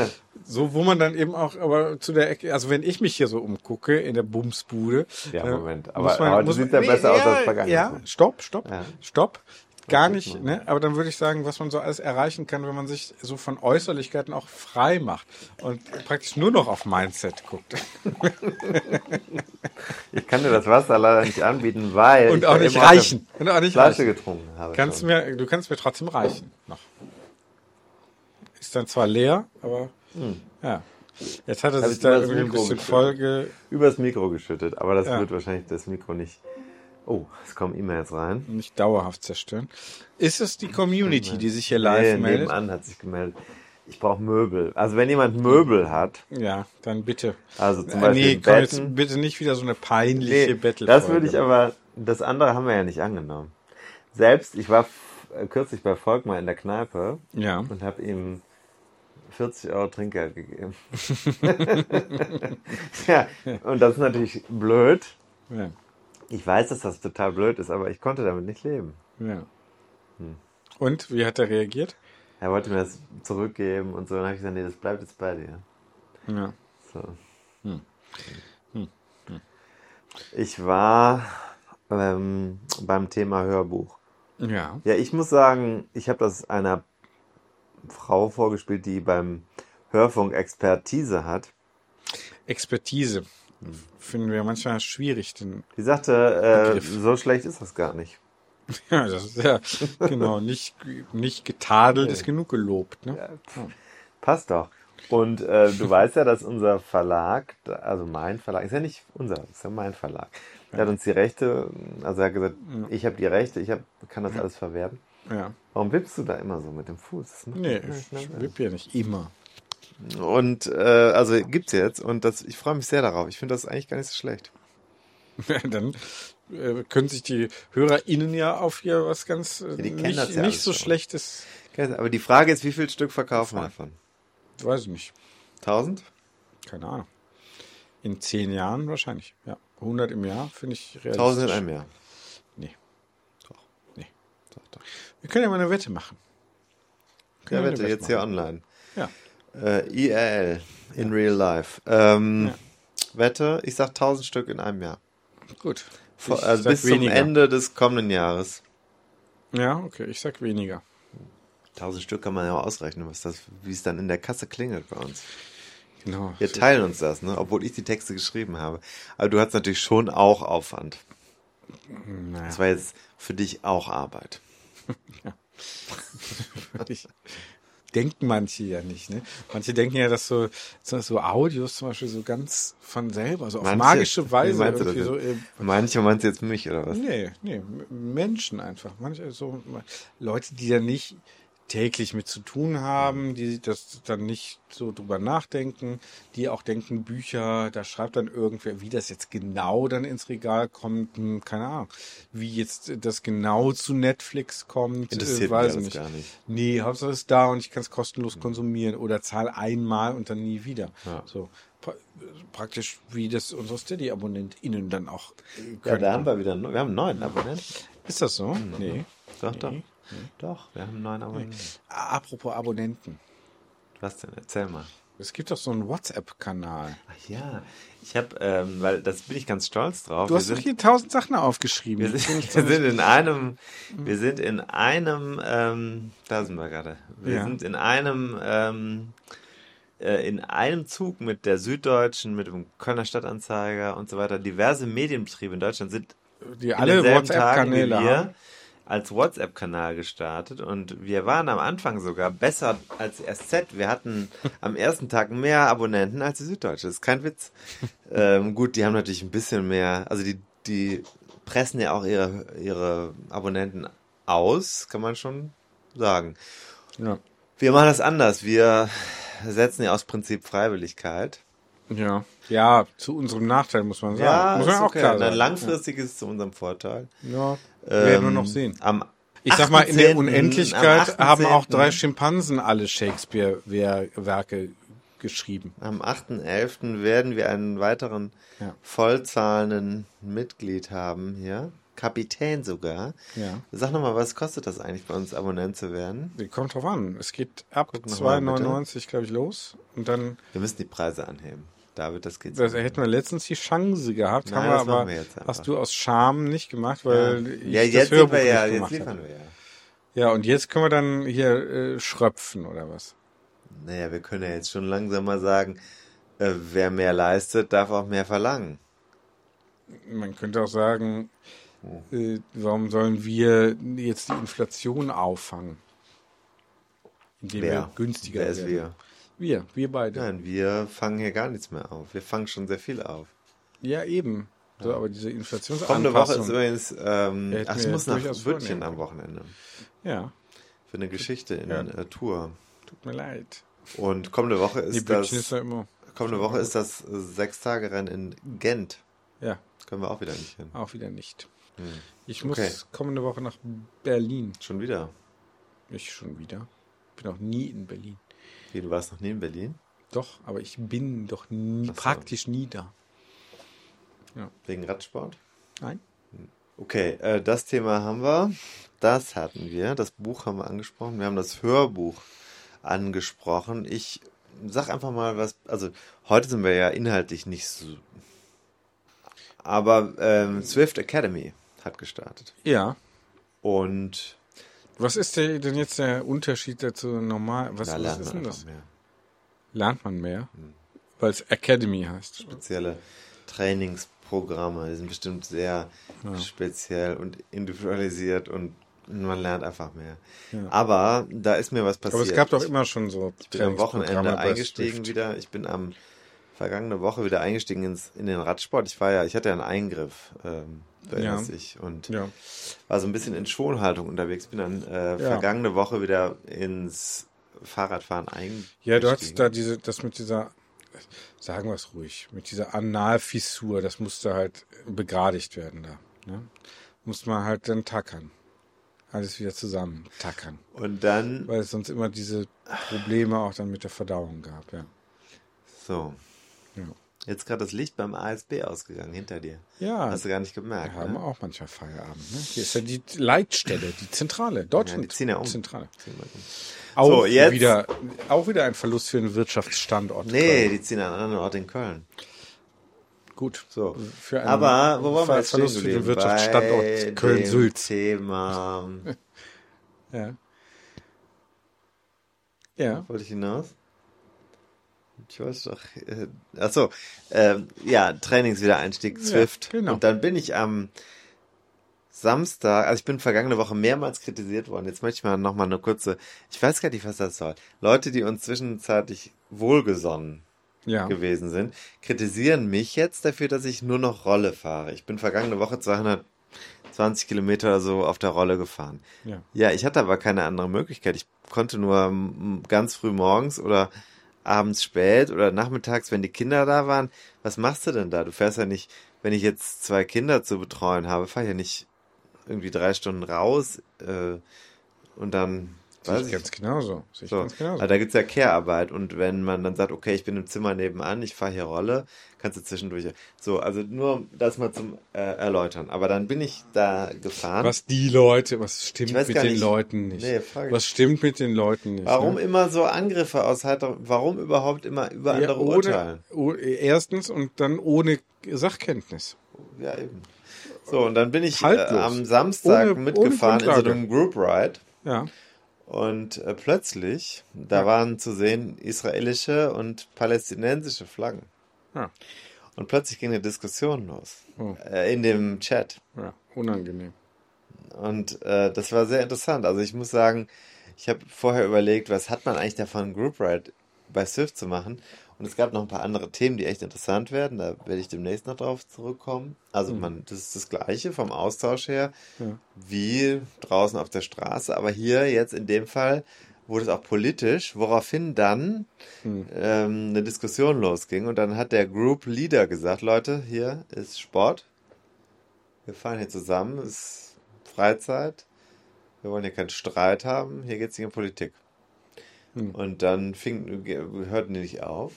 S2: so, wo man dann eben auch, aber zu der Ecke, also wenn ich mich hier so umgucke in der Bumsbude.
S1: Ja,
S2: äh,
S1: Moment, aber heute sieht's ja besser aus als vergangenes
S2: Ja,
S1: Jahr.
S2: stopp, stopp,
S1: Ja.
S2: stopp. Gar nicht, ne? aber dann würde ich sagen, was man so alles erreichen kann, wenn man sich so von Äußerlichkeiten auch frei macht und praktisch nur noch auf Mindset guckt.
S1: Ich kann dir das Wasser leider nicht anbieten, weil
S2: Und
S1: ich
S2: auch
S1: da
S2: nicht
S1: eben aus der
S2: reichen. Und auch nicht
S1: Flasche
S2: reichen.
S1: getrunken habe.
S2: Kannst
S1: schon.
S2: mir, du kannst mir trotzdem reichen. Noch. Ist dann zwar leer, aber ja. Jetzt hat er
S1: Hm. Hab
S2: sich
S1: ich
S2: da
S1: mal das
S2: irgendwie ein
S1: Mikro
S2: bisschen
S1: geschüttelt.
S2: Folge.
S1: Übers Mikro geschüttet, aber das
S2: Ja.
S1: wird wahrscheinlich das Mikro nicht. Oh, es kommen E-Mails rein.
S2: nicht dauerhaft zerstören. Ist es die Community, die sich hier live
S1: nee,
S2: meldet?
S1: nebenan hat sich gemeldet. Ich brauche Möbel. Also wenn jemand Möbel hat,
S2: Ja, dann bitte.
S1: also zum
S2: Äh, nee,
S1: Beispiel
S2: komm jetzt
S1: Betten.
S2: bitte nicht wieder so eine peinliche
S1: Nee,
S2: Battle.
S1: das würde ich aber, das andere haben wir ja nicht angenommen. Selbst, ich war f- äh, kürzlich bei Volkmar in der Kneipe
S2: Ja.
S1: und habe ihm 40 Euro Trinkgeld gegeben. ja, und das ist natürlich blöd.
S2: ja,
S1: Ich weiß, dass das total blöd ist, aber ich konnte damit nicht leben.
S2: ja.
S1: Hm.
S2: Und wie hat er reagiert?
S1: Er wollte mir das zurückgeben und so. Dann habe ich gesagt, nee, das bleibt jetzt bei dir.
S2: Ja.
S1: So. Ich war ähm, beim Thema Hörbuch.
S2: Ja.
S1: Ja, ich muss sagen, ich habe das einer Frau vorgespielt, die beim Hörfunk Expertise hat.
S2: Expertise
S1: Hm.
S2: finden wir manchmal schwierig, denn
S1: Die sagte, äh,
S2: Begriff.
S1: so schlecht ist das gar nicht.
S2: ja, das ist ja genau nicht nicht getadelt ist genug gelobt, ne?
S1: Passt doch. Und äh, du weißt ja, dass unser Verlag, also mein Verlag, ist ja nicht unser, ist ja mein Verlag, der hat uns die Rechte, also er hat gesagt, ich habe die Rechte, ich hab, kann das alles verwerten.
S2: Ja.
S1: Warum wippst du da immer so mit dem Fuß? Das macht
S2: Nee,
S1: mich nicht
S2: ich
S1: nervös.
S2: wipp ja nicht immer.
S1: Und äh, also gibt's jetzt und das, ich freue mich sehr darauf. Ich finde das eigentlich gar nicht so schlecht.
S2: Dann äh, können sich die HörerInnen ja auf hier was ganz äh,
S1: die kennen
S2: nicht,
S1: das ja
S2: nicht
S1: alles
S2: so
S1: schon.
S2: schlechtes,
S1: Aber die Frage ist, wie viel Stück verkaufen wir davon?
S2: weiß ich nicht,
S1: 1000?
S2: keine Ahnung. In zehn Jahren wahrscheinlich, ja. 100 im Jahr finde ich realistisch.
S1: 1000 in einem Jahr.
S2: Nee.
S1: Nee. Doch, doch.
S2: Wir können ja mal eine Wette machen.
S1: Ja,
S2: Können wir
S1: bitte,
S2: eine
S1: jetzt hier online.
S2: Ja.
S1: Äh, IRL, in real life. Ähm, Wette, ich sag 1000 Stück in einem Jahr.
S2: Gut.
S1: Vor,
S2: Ich
S1: also
S2: sag
S1: bis
S2: weniger.
S1: zum Ende des kommenden Jahres.
S2: Ja, okay, ich sag weniger.
S1: 1000 Stück kann man ja auch ausrechnen, was das, wie es dann in der Kasse klingelt bei uns.
S2: Genau.
S1: Wir teilen uns das, ne? obwohl ich die Texte geschrieben habe. Aber du hattest natürlich schon auch Aufwand. Das war jetzt für dich auch Arbeit.
S2: Ich, denken manche ja nicht. Ne? Manche denken ja, dass so, so- so Audios zum Beispiel so ganz von selber, so auf
S1: Manche-
S2: magische
S1: Wie
S2: Weise
S1: meinst du das
S2: irgendwie so.
S1: jetzt?
S2: Äh, Mhm.
S1: Manche meinst du jetzt mich oder was?
S2: nee, nee, M- Menschen einfach. Manche so Leute, die da nicht täglich mit zu tun haben, die das dann nicht so drüber nachdenken, die auch denken, Bücher, da schreibt dann irgendwer, wie das jetzt genau dann ins Regal kommt, hm, keine Ahnung, wie jetzt das genau zu Netflix kommt,
S1: Interessiert mich
S2: äh, weiß
S1: alles
S2: nicht.
S1: gar nicht. Hm.
S2: Nee, Hauptsache es ist da und ich kann es kostenlos konsumieren oder zahl einmal und dann nie wieder. So pra praktisch wie das unsere Steady-AbonnentInnen dann auch äh,
S1: Ja,
S2: können.
S1: da haben wir wieder neu- wir haben neun Abonnenten.
S2: Ist das so?
S1: Hm,
S2: Nee.
S1: Doch, doch. Doch, wir haben neun Abonnenten.
S2: A- Apropos Abonnenten.
S1: Was denn? Erzähl mal.
S2: Es gibt doch so einen WhatsApp-Kanal.
S1: Ach ja, ich habe, ähm, weil das bin ich ganz stolz drauf.
S2: Du
S1: wir
S2: hast doch
S1: sind,
S2: hier tausend Sachen
S1: wir
S2: aufgeschrieben.
S1: sind, wir sind in einem, wir sind in einem, ähm, da sind wir gerade. Wir
S2: Ja.
S1: sind in einem, ähm, äh, in einem Zug mit der Süddeutschen, mit dem Kölner Stadtanzeiger und so weiter. Diverse Medienbetriebe in Deutschland sind
S2: Die
S1: in
S2: alle
S1: denselben Tagen wie
S2: WhatsApp-Kanäle
S1: wir
S2: haben.
S1: als WhatsApp-Kanal gestartet und wir waren am Anfang sogar besser als die SZ. Wir hatten am ersten Tag mehr Abonnenten als die Süddeutsche. Das ist kein Witz. Ähm, gut, die haben natürlich ein bisschen mehr, also die, die pressen ja auch ihre, ihre Abonnenten aus, kann man schon sagen.
S2: Ja.
S1: Wir machen das anders. Wir setzen ja aus Prinzip Freiwilligkeit
S2: Ja. Ja, zu unserem Nachteil muss man sagen. muss man
S1: ist
S2: auch
S1: okay.
S2: klar
S1: Na,
S2: sagen.
S1: langfristig ist es zu unserem Vorteil. Ähm,
S2: Ja, wir werden wir noch sehen.
S1: Am
S2: Ich sag mal, in der
S1: 18.,
S2: Unendlichkeit
S1: am
S2: haben auch
S1: 18.,
S2: drei Schimpansen alle Shakespeare-Werke geschrieben.
S1: Am 8.11. werden wir einen weiteren
S2: Ja.
S1: vollzahlenden Mitglied haben hier. Kapitän sogar.
S2: Ja.
S1: Sag nochmal, was kostet das eigentlich bei uns, Abonnent zu werden?
S2: Kommt drauf an. Es geht ab
S1: noch mal, bitte.
S2: 2,99, glaube ich, los. Und dann,
S1: Wir müssen die Preise anheben. David, das geht
S2: das
S1: so.
S2: hätten wir letztens die Chance gehabt,
S1: Nein,
S2: haben wir
S1: das machen
S2: aber,
S1: wir jetzt einfach.
S2: hast du aus Scham nicht gemacht, weil ich
S1: Ja,
S2: das
S1: jetzt, sind
S2: Hörbuch
S1: wir ja,
S2: nicht
S1: jetzt
S2: gemacht
S1: liefern
S2: habe.
S1: wir ja.
S2: Ja, und jetzt können wir dann hier äh, schröpfen oder was?
S1: Naja, wir können ja jetzt schon langsam mal sagen, äh, wer mehr leistet, darf auch mehr verlangen.
S2: Man könnte auch sagen,
S1: Oh.
S2: äh, warum sollen wir jetzt die Inflation auffangen? Indem wir günstiger
S1: wer ist
S2: werden.
S1: wir?
S2: Wir, wir beide.
S1: Nein, wir fangen hier gar nichts mehr auf. Wir fangen schon sehr viel auf.
S2: Ja, eben. So, aber diese Inflationsanpassung.
S1: Kommende Woche ist übrigens, ähm,
S2: Ja, hätten
S1: ach, ich
S2: wir
S1: muss nach
S2: durchaus
S1: Wünschen
S2: vornehmen.
S1: am Wochenende
S2: ja,
S1: für eine Geschichte in
S2: Ja.
S1: äh, Tour.
S2: tut mir leid.
S1: Und kommende Woche
S2: Die
S1: ist
S2: Bütchen
S1: das,
S2: ist ja immer.
S1: kommende Woche ist das äh, Sechstagerennen in Gent.
S2: Ja,
S1: Können wir auch wieder nicht hin.
S2: auch wieder nicht. Ich muss
S1: Hm. Okay.
S2: kommende Woche nach Berlin.
S1: Schon wieder.
S2: Ich schon wieder. Bin noch nie in Berlin.
S1: Wie, du warst noch nie in Berlin?
S2: Doch, aber ich bin doch nie,
S1: Ach so.
S2: praktisch nie da.
S1: Wegen Radsport?
S2: Nein?
S1: Okay, äh, das Thema haben wir. Das hatten wir. Das Buch haben wir angesprochen. Wir haben das Hörbuch angesprochen. Ich sag einfach mal was. Also, heute sind wir ja inhaltlich nicht so. Aber ähm, Swift Academy hat gestartet.
S2: Ja.
S1: Und
S2: Was ist der, denn jetzt der Unterschied dazu normal? Was,
S1: da
S2: was
S1: lernen
S2: ist
S1: wir
S2: denn
S1: einfach
S2: das?
S1: mehr. Hm.
S2: Lernt man mehr? Weil es Academy heißt.
S1: Spezielle Trainingsprogramme. Die sind bestimmt sehr speziell und individualisiert und man lernt einfach mehr. Aber da ist mir was passiert.
S2: Aber es gab doch immer schon so
S1: bin am Wochenende
S2: Trainingsprogramme bei
S1: eingestiegen
S2: Swift.
S1: wieder. Ich bin am vergangene Woche wieder eingestiegen ins, in den Radsport. Ich war ja, ich hatte ja einen Eingriff, ähm, du
S2: Ja.
S1: erinnerst dich. Und
S2: Ja.
S1: war so ein bisschen in Schonhaltung unterwegs. Bin dann äh, vergangene Woche wieder ins Fahrradfahren eingestiegen.
S2: Ja, du hattest da diese, das mit dieser, sagen wir es ruhig, mit dieser Analfissur, das musste halt begradigt werden da. Ne? Muss man halt dann tackern. Alles wieder zusammen tackern.
S1: Und dann,
S2: Weil es sonst immer diese Probleme auch dann mit der Verdauung gab, ja.
S1: so,
S2: Ja,
S1: jetzt gerade das Licht beim ASB ausgegangen, hinter dir.
S2: ja
S1: Hast du gar nicht gemerkt,
S2: wir haben
S1: ne?
S2: auch manchmal Feierabend. Ne? Hier ist ja die Leitstelle, die Zentrale, Deutschland.
S1: Ja, die ziehen ja um.
S2: Zentrale.
S1: Zieh mal um.
S2: Auch,
S1: So, jetzt-
S2: wieder, auch wieder ein Verlust für den Wirtschaftsstandort.
S1: Nee,
S2: Köln.
S1: die ziehen an einen anderen Ort in Köln.
S2: gut.
S1: So.
S2: Für einen
S1: Aber wo wollen wir
S2: Ver-
S1: jetzt
S2: Verlust für
S1: stehen
S2: den
S1: geblieben? Bei
S2: Wirtschaftsstandort
S1: dem
S2: Köln-Sülz.
S1: Thema.
S2: Ja. Ja.
S1: Wollte ich hinaus? Ich weiß doch. Äh, achso, ähm, ja, Trainingswiedereinstieg, Swift.
S2: genau.
S1: Und dann bin ich am Samstag, also ich bin vergangene Woche mehrmals kritisiert worden. Jetzt möchte ich mal nochmal eine kurze, ich weiß gar nicht, was das soll. Leute, die uns zwischenzeitlich wohlgesonnen
S2: Ja.
S1: gewesen sind, kritisieren mich jetzt dafür, dass ich nur noch Rolle fahre. Ich bin vergangene Woche 220 Kilometer oder so auf der Rolle gefahren.
S2: Ja.
S1: Ja, ich hatte aber keine andere Möglichkeit. Ich konnte nur mm, ganz früh morgens oder abends spät oder nachmittags, wenn die Kinder da waren. Was machst du denn da? Du fährst ja nicht, wenn ich jetzt zwei Kinder zu betreuen habe, fahre ich ja nicht irgendwie drei Stunden raus äh, und dann.
S2: Sehe
S1: weiß
S2: ich ganz genauso. Sehe ich
S1: so,
S2: ganz genauso.
S1: aber da gibt's ja Care-Arbeit und wenn man dann sagt, okay, ich bin im Zimmer nebenan, ich fahre hier Rolle, kannst du zwischendurch. So, also nur um das mal zum äh, Erläutern. Aber dann bin ich da gefahren.
S2: was die Leute, was stimmt
S1: Ich weiß
S2: mit
S1: gar
S2: den
S1: nicht.
S2: Leuten nicht?
S1: Nee, frag ich.
S2: was stimmt mit den Leuten nicht?
S1: Warum
S2: ne?
S1: immer so Angriffe aus heiter, warum überhaupt immer über
S2: Ja,
S1: andere
S2: ohne,
S1: urteilen?
S2: oh, erstens und dann ohne Sachkenntnis.
S1: Ja, eben. So, und dann bin ich äh,
S2: Haltlos.
S1: am Samstag
S2: Ohne- ohne
S1: mitgefahren in so
S2: Grundlage.
S1: einem Group Ride.
S2: Ja.
S1: Und äh, plötzlich, da
S2: Ja.
S1: waren zu sehen israelische und palästinensische Flaggen.
S2: Ja.
S1: Und plötzlich ging eine Diskussion los.
S2: Oh.
S1: Äh, in dem Chat.
S2: ja. Unangenehm.
S1: Und äh, das war sehr interessant. Also ich muss sagen, ich habe vorher überlegt, was hat man eigentlich davon, Group Ride bei Swift zu machen. Und es gab noch ein paar andere Themen, die echt interessant werden. Da werde ich demnächst noch drauf zurückkommen. Also man, das ist das Gleiche vom Austausch her
S2: Ja.
S1: wie draußen auf der Straße. Aber hier jetzt in dem Fall wurde es auch politisch, woraufhin dann
S2: Hm.
S1: ähm, eine Diskussion losging und dann hat der Group Leader gesagt, Leute, hier ist Sport, wir fahren hier zusammen, es ist Freizeit, wir wollen hier keinen Streit haben, hier geht es nicht um Politik. Und dann fing, hörten die nicht auf.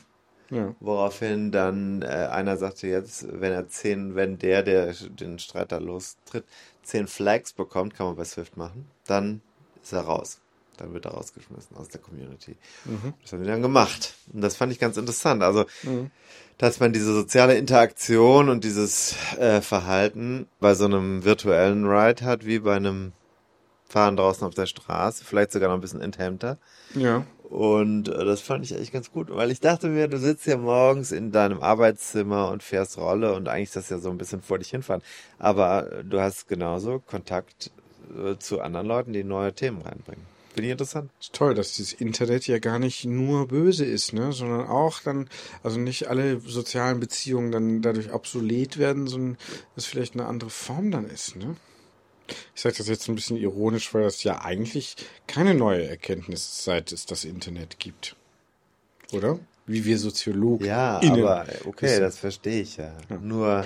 S2: Ja.
S1: Woraufhin dann äh, einer sagte jetzt, wenn er zehn, wenn der, der den Streit da lostritt, zehn Flags bekommt, kann man bei Swift machen, dann ist er raus. Dann wird er rausgeschmissen aus der Community. Das haben die dann gemacht. Und das fand ich ganz interessant. Also, dass man diese soziale Interaktion und dieses äh, Verhalten bei so einem virtuellen Ride hat, wie bei einem Fahren draußen auf der Straße, vielleicht sogar noch ein bisschen enthemmter.
S2: Ja.
S1: Und äh, das fand ich eigentlich ganz gut, weil ich dachte mir, du sitzt ja morgens in deinem Arbeitszimmer und fährst Rolle und eigentlich ist das ja so ein bisschen vor dich hinfahren. Aber äh, du hast genauso Kontakt äh, zu anderen Leuten, die neue Themen reinbringen. Finde ich interessant.
S2: Ist toll, dass dieses Internet ja gar nicht nur böse ist, ne, sondern auch dann, also nicht alle sozialen Beziehungen dann dadurch obsolet werden, sondern es vielleicht eine andere Form dann ist, ne? Ich sage das jetzt ein bisschen ironisch, weil das ja eigentlich keine neue Erkenntnis seit es das Internet gibt. Oder? Wie wir Soziologen.
S1: Ja,
S2: innen
S1: aber äh, okay,
S2: wissen.
S1: das verstehe ich ja. Nur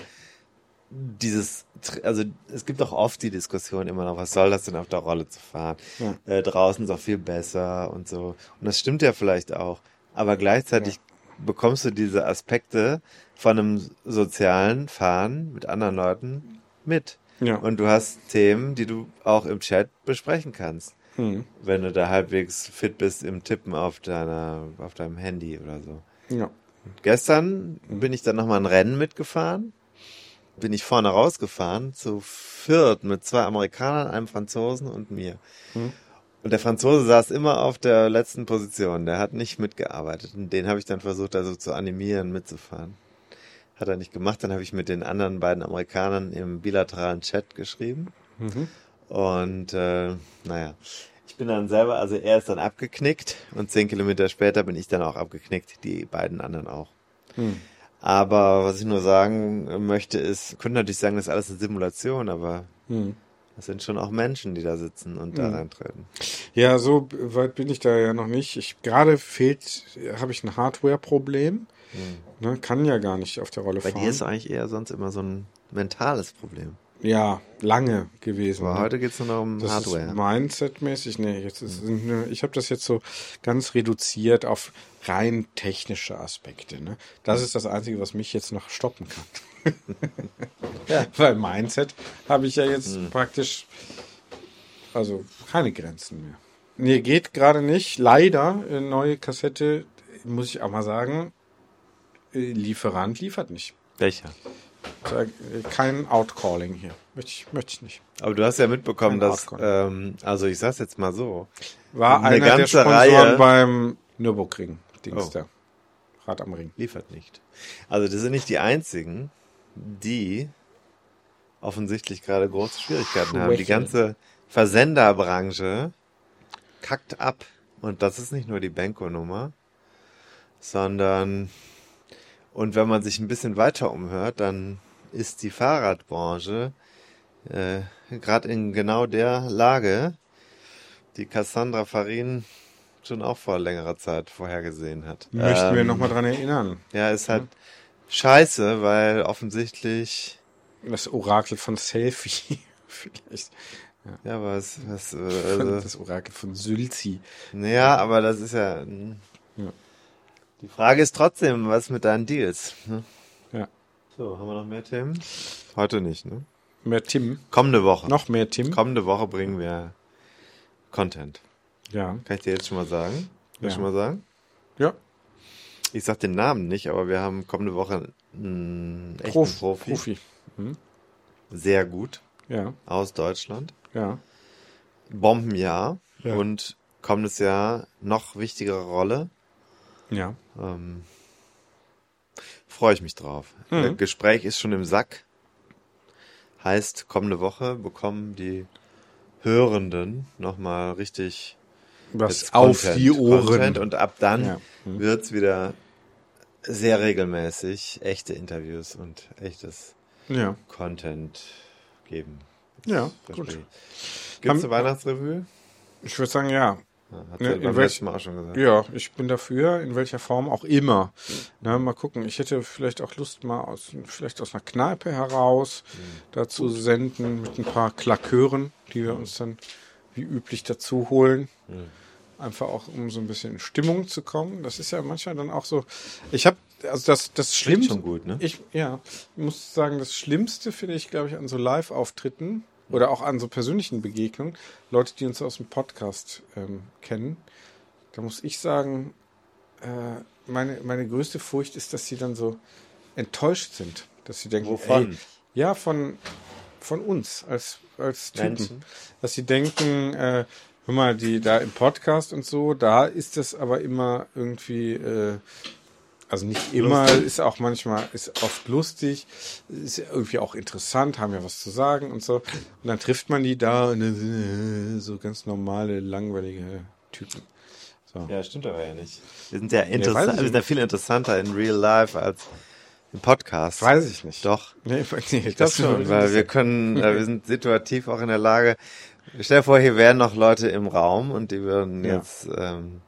S1: dieses, Tr- also es gibt auch oft die Diskussion immer noch, was soll das denn auf der Rolle zu fahren?
S2: Ja.
S1: Äh, draußen ist auch viel besser und so. Und das stimmt ja vielleicht auch. Aber gleichzeitig bekommst du diese Aspekte von einem sozialen Fahren mit anderen Leuten mit.
S2: Ja.
S1: Und du hast Themen, die du auch im Chat besprechen kannst.
S2: Mhm.
S1: Wenn du da halbwegs fit bist im Tippen auf deiner, auf deinem Handy oder so.
S2: Ja.
S1: Gestern bin ich dann nochmal ein Rennen mitgefahren. Bin ich vorne rausgefahren, zu viert mit zwei Amerikanern, einem Franzosen und mir. Und der Franzose saß immer auf der letzten Position. Der hat nicht mitgearbeitet. Und den habe ich dann versucht, also zu animieren, mitzufahren. Hat er nicht gemacht. Dann habe ich mit den anderen beiden Amerikanern im bilateralen Chat geschrieben. Und äh, naja, ich bin dann selber, also er ist dann abgeknickt und zehn Kilometer später bin ich dann auch abgeknickt, die beiden anderen auch. Aber was ich nur sagen möchte ist, könnte natürlich sagen, das ist alles eine Simulation, aber
S2: Hm.
S1: das sind schon auch Menschen, die da sitzen und da reintreten.
S2: Ja, so weit bin ich da ja noch nicht. Ich gerade fehlt, habe ich ein Hardware-Problem. Ne, kann ja gar nicht auf der Rolle
S1: Hm. Bei
S2: fahren.
S1: dir ist eigentlich eher sonst immer so ein mentales Problem.
S2: ja, lange gewesen.
S1: Aber
S2: ne?
S1: heute geht es nur noch um
S2: das ist
S1: Hardware. Mhm.
S2: Mindset-mäßig. Nee, jetzt ist, ich habe das jetzt so ganz reduziert auf rein technische Aspekte. Ne? Das
S1: Mhm.
S2: ist das Einzige, was mich jetzt noch stoppen kann. Weil Mindset habe ich ja jetzt
S1: Mhm.
S2: praktisch, also keine Grenzen mehr. Nee, geht gerade nicht. Leider, äh, neue Kassette, muss ich auch mal sagen, äh, Lieferant liefert nicht.
S1: Welcher?
S2: Da, äh, Kein Outcalling hier. Möchte ich, möchte ich nicht.
S1: Aber du hast ja mitbekommen,
S2: Ein
S1: dass,
S2: Hardcore.
S1: ähm, also ich sag's jetzt mal so,
S2: War
S1: Eine
S2: einer der
S1: ganze
S2: Sponsoren
S1: Reihe.
S2: beim Nürburgring. Dings
S1: Oh.
S2: da. Rad am Ring.
S1: liefert nicht. Also das sind nicht die einzigen, die offensichtlich gerade große Schwierigkeiten haben. Die
S2: Schwäche.
S1: ganze Versenderbranche kackt ab. Und das ist nicht nur die Benko-Nummer, sondern und wenn man sich ein bisschen weiter umhört, dann ist die Fahrradbranche äh, gerade in genau der Lage, die Cassandra Farin schon auch vor längerer Zeit vorhergesehen hat.
S2: Möchten wir
S1: Ähm,
S2: nochmal dran erinnern.
S1: ja, ist halt scheiße, weil offensichtlich,
S2: Das Orakel von Selfie. Vielleicht.
S1: ja, was, was, äh, also,
S2: Das Orakel von Sülzi.
S1: naja, aber das ist ja, mm.
S2: Ja.
S1: Die Frage ist trotzdem, was mit deinen Deals? ne?
S2: Ja.
S1: So, haben wir noch mehr Themen? Heute nicht, ne?
S2: Mehr Tim.
S1: Kommende Woche.
S2: Noch mehr Tim.
S1: Kommende Woche bringen wir Content.
S2: Ja.
S1: Kann ich dir jetzt schon mal sagen? Kann
S2: Ja.
S1: ich schon mal sagen?
S2: Ja.
S1: Ich sag den Namen nicht, aber wir haben kommende Woche einen echten
S2: Prof,
S1: Profi.
S2: Profi.
S1: Sehr gut.
S2: Ja.
S1: Aus Deutschland.
S2: Ja.
S1: Bombenjahr
S2: Ja.
S1: und kommendes Jahr noch wichtigere Rolle.
S2: Ja.
S1: Ähm, Freue ich mich drauf.
S2: Mhm.
S1: Äh, Gespräch ist schon im Sack. Heißt, kommende Woche bekommen die Hörenden nochmal richtig
S2: Was
S1: jetzt
S2: auf
S1: Content,
S2: die Ohren.
S1: Content und ab dann
S2: Ja. Mhm.
S1: wird's wieder sehr regelmäßig echte Interviews und echtes
S2: ja.
S1: Content geben.
S2: Ja,
S1: Verstehe
S2: gut.
S1: ich. Gibt's
S2: Haben-
S1: eine Weihnachtsrevue?
S2: Ich würde sagen, ja.
S1: Hat
S2: Ne,
S1: er
S2: in
S1: beim
S2: welch-
S1: letzten Mal auch schon gesagt.
S2: Ja, ich bin dafür, in welcher Form auch immer. Na, mal gucken. Ich hätte vielleicht auch Lust, mal aus, vielleicht aus einer Kneipe heraus
S1: Mhm.
S2: dazu senden mit ein paar Klakören, die wir uns dann wie üblich dazu holen.
S1: Mhm.
S2: Einfach auch, um so ein bisschen in Stimmung zu kommen. Das ist ja manchmal dann auch so. Ich habe, also das, das Schlimmste.
S1: schon gut, ne?
S2: Ich, ja, ich muss sagen, das Schlimmste finde ich, glaube ich, an so Live-Auftritten oder auch an so persönlichen Begegnungen, Leute, die uns aus dem Podcast ähm, kennen, da muss ich sagen, äh, meine, meine größte Furcht ist, dass sie dann so enttäuscht sind. Dass sie denken,
S1: Wovon?
S2: Ey, ja, von, von uns als, als Typen.
S1: Menschen?
S2: Dass sie denken, äh, hör mal, die da im Podcast und so, da ist das aber immer irgendwie, äh, also nicht immer, ist auch manchmal, ist oft lustig, ist irgendwie auch interessant, haben ja was zu sagen und so. Und dann trifft man die da und dann sind, äh, so ganz normale, langweilige Typen.
S1: Ja, stimmt aber ja nicht. Wir sind ja,
S2: weiß ich
S1: interessant, wir
S2: nicht.
S1: sind ja viel interessanter in real life als im Podcast.
S2: Weiß ich nicht.
S1: Doch.
S2: Nee, nee,
S1: Das
S2: das
S1: schon,
S2: schon.
S1: weil wir können, äh, wir sind situativ auch in der Lage. Stell dir vor, hier wären noch Leute im Raum und die würden
S2: Ja.
S1: jetzt ähm,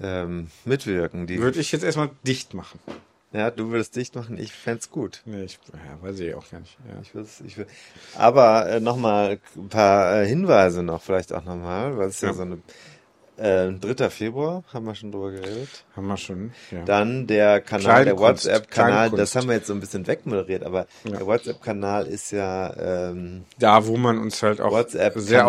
S1: ähm, mitwirken. Die,
S2: Würde ich jetzt erstmal dicht machen.
S1: ja, du würdest dicht machen, ich fänd's gut.
S2: Nee, ich ja, weiß ich auch gar nicht. Ja.
S1: Ich würd's, ich würd, aber äh, nochmal ein paar äh, Hinweise noch, vielleicht auch nochmal, weil es ja,
S2: Ja.
S1: so eine äh, 3. Februar, haben wir schon drüber geredet.
S2: Haben wir schon. Ja.
S1: Dann der Kanal,
S2: Kleine
S1: der
S2: Kunst,
S1: WhatsApp-Kanal,
S2: Kleinkunst.
S1: das haben wir jetzt so ein bisschen wegmoderiert, aber
S2: Ja.
S1: der WhatsApp-Kanal ist ja ähm,
S2: da, wo man uns halt auch
S1: WhatsApp
S2: sehr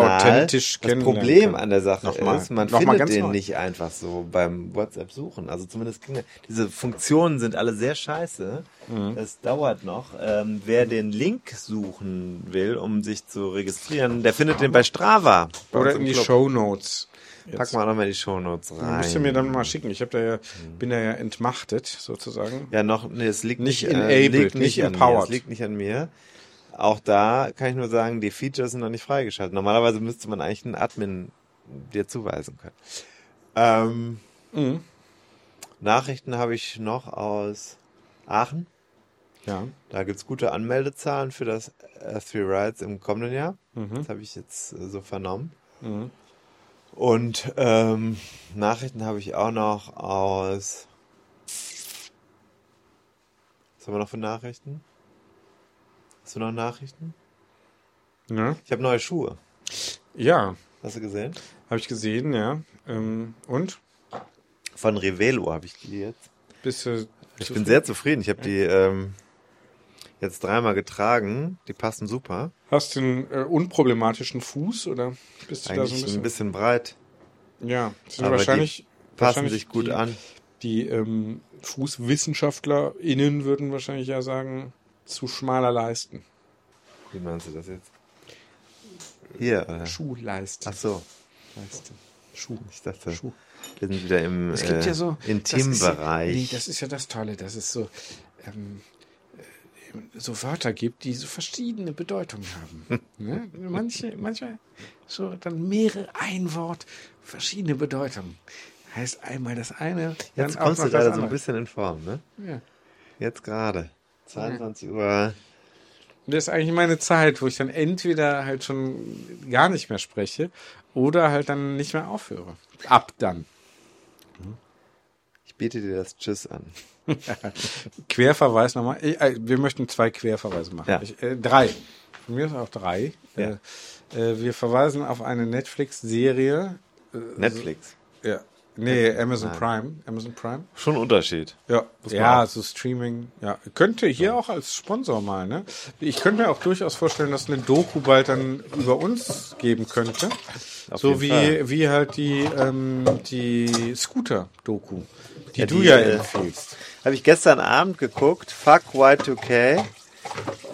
S1: Das
S2: authentisch kennenlernen
S1: Problem
S2: kann.
S1: an der Sache
S2: Nochmal.
S1: ist, man
S2: Nochmal
S1: findet
S2: ganz
S1: den
S2: neu.
S1: nicht einfach so beim WhatsApp suchen. Also zumindest ging, diese Funktionen sind alle sehr scheiße.
S2: Mhm.
S1: Es dauert noch. Ähm, wer den Link suchen will, um sich zu registrieren, der findet den bei Strava. Bei
S2: Oder
S1: uns im
S2: in die
S1: Club.
S2: Shownotes.
S1: Packen wir auch nochmal in die Shownotes rein.
S2: Müsst ihr mir dann mal schicken. Ich hab da ja, bin da ja entmachtet, sozusagen.
S1: Mhm. Ja, noch, nee, es liegt
S2: Nicht
S1: nicht,
S2: enabled,
S1: liegt
S2: nicht
S1: an Mir.
S2: empowered.
S1: Es liegt nicht an mir. Auch da kann ich nur sagen, die Features sind noch nicht freigeschaltet. Normalerweise müsste man eigentlich einen Admin dir zuweisen können. Ähm,
S2: Mhm.
S1: Nachrichten habe ich noch aus Aachen.
S2: Ja.
S1: Da gibt's gute Anmeldezahlen für das äh, Three Rides im kommenden Jahr.
S2: Mhm.
S1: Das habe ich jetzt äh, so vernommen. Und ähm, Nachrichten habe ich auch noch aus. Was haben wir noch für Nachrichten? Hast du noch Nachrichten?
S2: Ne?
S1: Ich habe neue Schuhe.
S2: Ja,
S1: Hast du gesehen?
S2: habe ich gesehen, ja. Ähm, und?
S1: Von Revelo habe ich die jetzt.
S2: Bist du.
S1: Ich bin sehr zufrieden. Ich habe die ähm, jetzt dreimal getragen. Die passen super.
S2: Hast du einen äh, unproblematischen Fuß oder bist du da so ein
S1: Eigentlich
S2: bisschen?
S1: ein bisschen breit.
S2: Ja, sind
S1: Aber die
S2: wahrscheinlich.
S1: Passen
S2: wahrscheinlich
S1: sich gut
S2: die,
S1: an.
S2: Die ähm, FußwissenschaftlerInnen würden wahrscheinlich ja sagen, zu schmaler Leisten.
S1: Wie meinst du das jetzt? Hier, oder?
S2: Schuhleiste.
S1: Ach so,
S2: Leiste. Schuh.
S1: ich dachte,
S2: Schuh.
S1: wir sind wieder im
S2: Es gibt
S1: äh,
S2: ja so.
S1: Intimbereich.
S2: Das ist, ja- nee, das ist ja das Tolle, dass es so, ähm, äh, so Wörter gibt, die so verschiedene Bedeutungen haben. ne? Manche, manchmal so dann mehrere ein Wort, verschiedene Bedeutungen. Heißt einmal das eine. dann
S1: Jetzt
S2: auch
S1: kommst
S2: noch
S1: du gerade
S2: das
S1: so ein
S2: andere.
S1: bisschen in Form, ne?
S2: Ja.
S1: Jetzt gerade. 22 Uhr.
S2: Und Das ist eigentlich meine Zeit, wo ich dann entweder halt schon gar nicht mehr spreche oder halt dann nicht mehr aufhöre. Ab dann.
S1: Ich bete dir das Tschüss an.
S2: Querverweis nochmal. Ich, äh, wir möchten zwei Querverweise machen.
S1: Ja.
S2: Ich, äh, drei. Von mir ist auch drei.
S1: Ja.
S2: Äh, äh, wir verweisen auf eine Netflix-Serie.
S1: Netflix.
S2: Ja. Nee, Amazon
S1: Nein.
S2: Prime. Amazon Prime.
S1: Schon Unterschied.
S2: Ja,
S1: man
S2: ja
S1: auch.
S2: so Streaming. Ja. Könnte hier auch als Sponsor mal, ne? Ich könnte mir auch durchaus vorstellen, dass eine Doku bald dann über uns geben könnte.
S1: Auf
S2: so
S1: jeden
S2: wie,
S1: Fall.
S2: wie halt die, ähm, die Scooter-Doku, die
S1: Ja,
S2: du
S1: die,
S2: ja
S1: äh,
S2: empfiehlst.
S1: Habe ich gestern Abend geguckt. Fuck Y2K.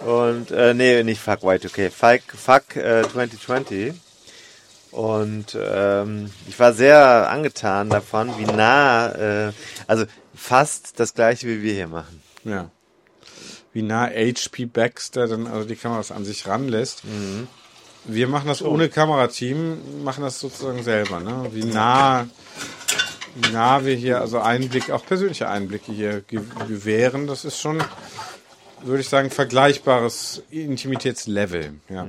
S1: Und, äh, nee, nicht Fuck Y2K. Fuck, fuck äh, 2020. Und ähm, ich war sehr angetan davon, wie nah, äh, also fast das gleiche, wie wir hier machen.
S2: Ja. Wie nah HP Baxter dann also die Kameras an sich ranlässt. Wir machen das ohne Kamerateam, machen das sozusagen selber. Ne? Wie nah, wie nah wir hier also Einblick, auch persönliche Einblicke hier ge- gewähren, das ist schon würde ich sagen, vergleichbares Intimitätslevel. Ja,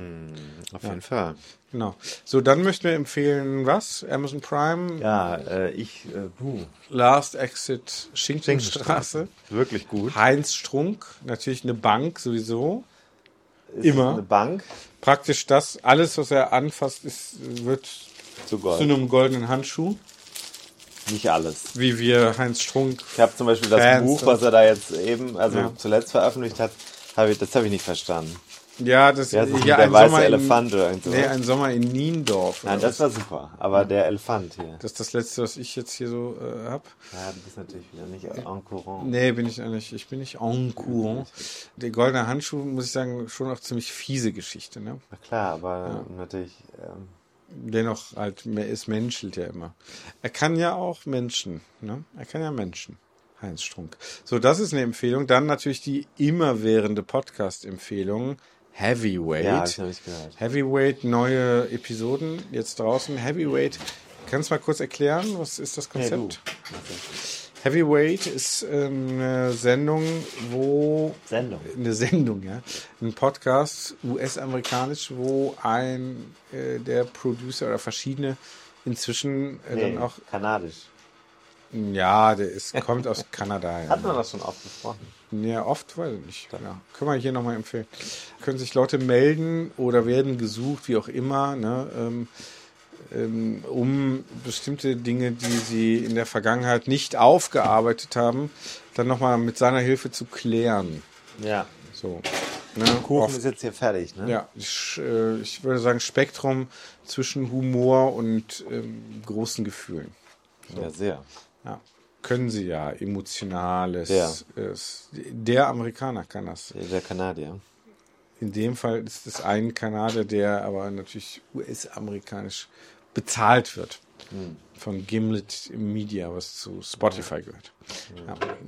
S1: Auf jeden Fall.
S2: genau. So, dann möchten wir empfehlen, was? Amazon Prime,
S1: Ja, äh, ich, äh, puh,
S2: Last Exit Schinkenstraße,
S1: wirklich gut.
S2: Heinz Strunk, natürlich eine Bank sowieso.
S1: Ist
S2: Immer.
S1: Eine Bank.
S2: Praktisch das, alles, was er anfasst, ist, wird
S1: Zu
S2: zu
S1: Gold.
S2: einem goldenen Handschuh,
S1: Nicht alles.
S2: wie wir Heinz Strunk
S1: Ich habe zum Beispiel das
S2: Fans
S1: Buch,
S2: und-
S1: was er da jetzt eben, also
S2: Ja.
S1: zuletzt veröffentlicht hat, hab ich, das habe ich nicht verstanden.
S2: Ja, das
S1: Ja, das ist
S2: hier
S1: der
S2: ein
S1: weiße
S2: Sommer
S1: Elefant
S2: in,
S1: oder irgend sowas.
S2: Nee, ein Sommer in Niendorf.
S1: Nein,
S2: oder
S1: Ah, das war super. Aber der Elefant hier.
S2: was. das ist das letzte, was ich jetzt hier so äh, hab.
S1: Ja, du bist natürlich wieder nicht en courant.
S2: Nee, bin ich eigentlich. Ich bin nicht en courant. Der goldene Handschuh, muss ich sagen, schon auch ziemlich fiese Geschichte, ne?
S1: Na klar, aber natürlich. Ähm,
S2: Dennoch halt, me- es menschelt ja immer. Er kann ja auch Menschen, ne? Er kann ja Menschen. Heinz Strunk. So, das ist eine Empfehlung. Dann natürlich die immerwährende Podcast-Empfehlung. Heavyweight.
S1: ja, hab ich noch nicht gehört.
S2: Heavyweight, neue Episoden jetzt draußen. Heavyweight, kannst du mal kurz erklären, was ist das Konzept? Heavyweight ist ähm, eine Sendung, wo
S1: Sendung.
S2: eine Sendung, ja, ein Podcast, US-amerikanisch, wo ein äh, der Producer oder verschiedene inzwischen äh,
S1: Nee,
S2: dann auch,
S1: kanadisch.
S2: ja, der ist, kommt aus Kanada. Ja.
S1: Hat man das schon oft besprochen?
S2: Ja, oft, weiß ich nicht. Ja. Können wir hier nochmal empfehlen. Können sich Leute melden oder werden gesucht, wie auch immer, ne, ähm, ähm, um bestimmte Dinge, die sie in der Vergangenheit nicht aufgearbeitet haben, dann nochmal mit seiner Hilfe zu klären.
S1: Ja.
S2: So. Ne,
S1: Kuchen
S2: oft,
S1: ist jetzt hier fertig, ne?
S2: ja, ich, äh, ich würde sagen, Spektrum zwischen Humor und ähm, großen Gefühlen.
S1: Ja, sehr.
S2: Ja. Können sie ja, emotionales.
S1: Ja.
S2: Ist, der Amerikaner kann das.
S1: Der Kanadier.
S2: In dem Fall ist es ein Kanadier, der aber natürlich US-amerikanisch bezahlt wird.
S1: Hm.
S2: Von Gimlet Media, was zu Spotify gehört.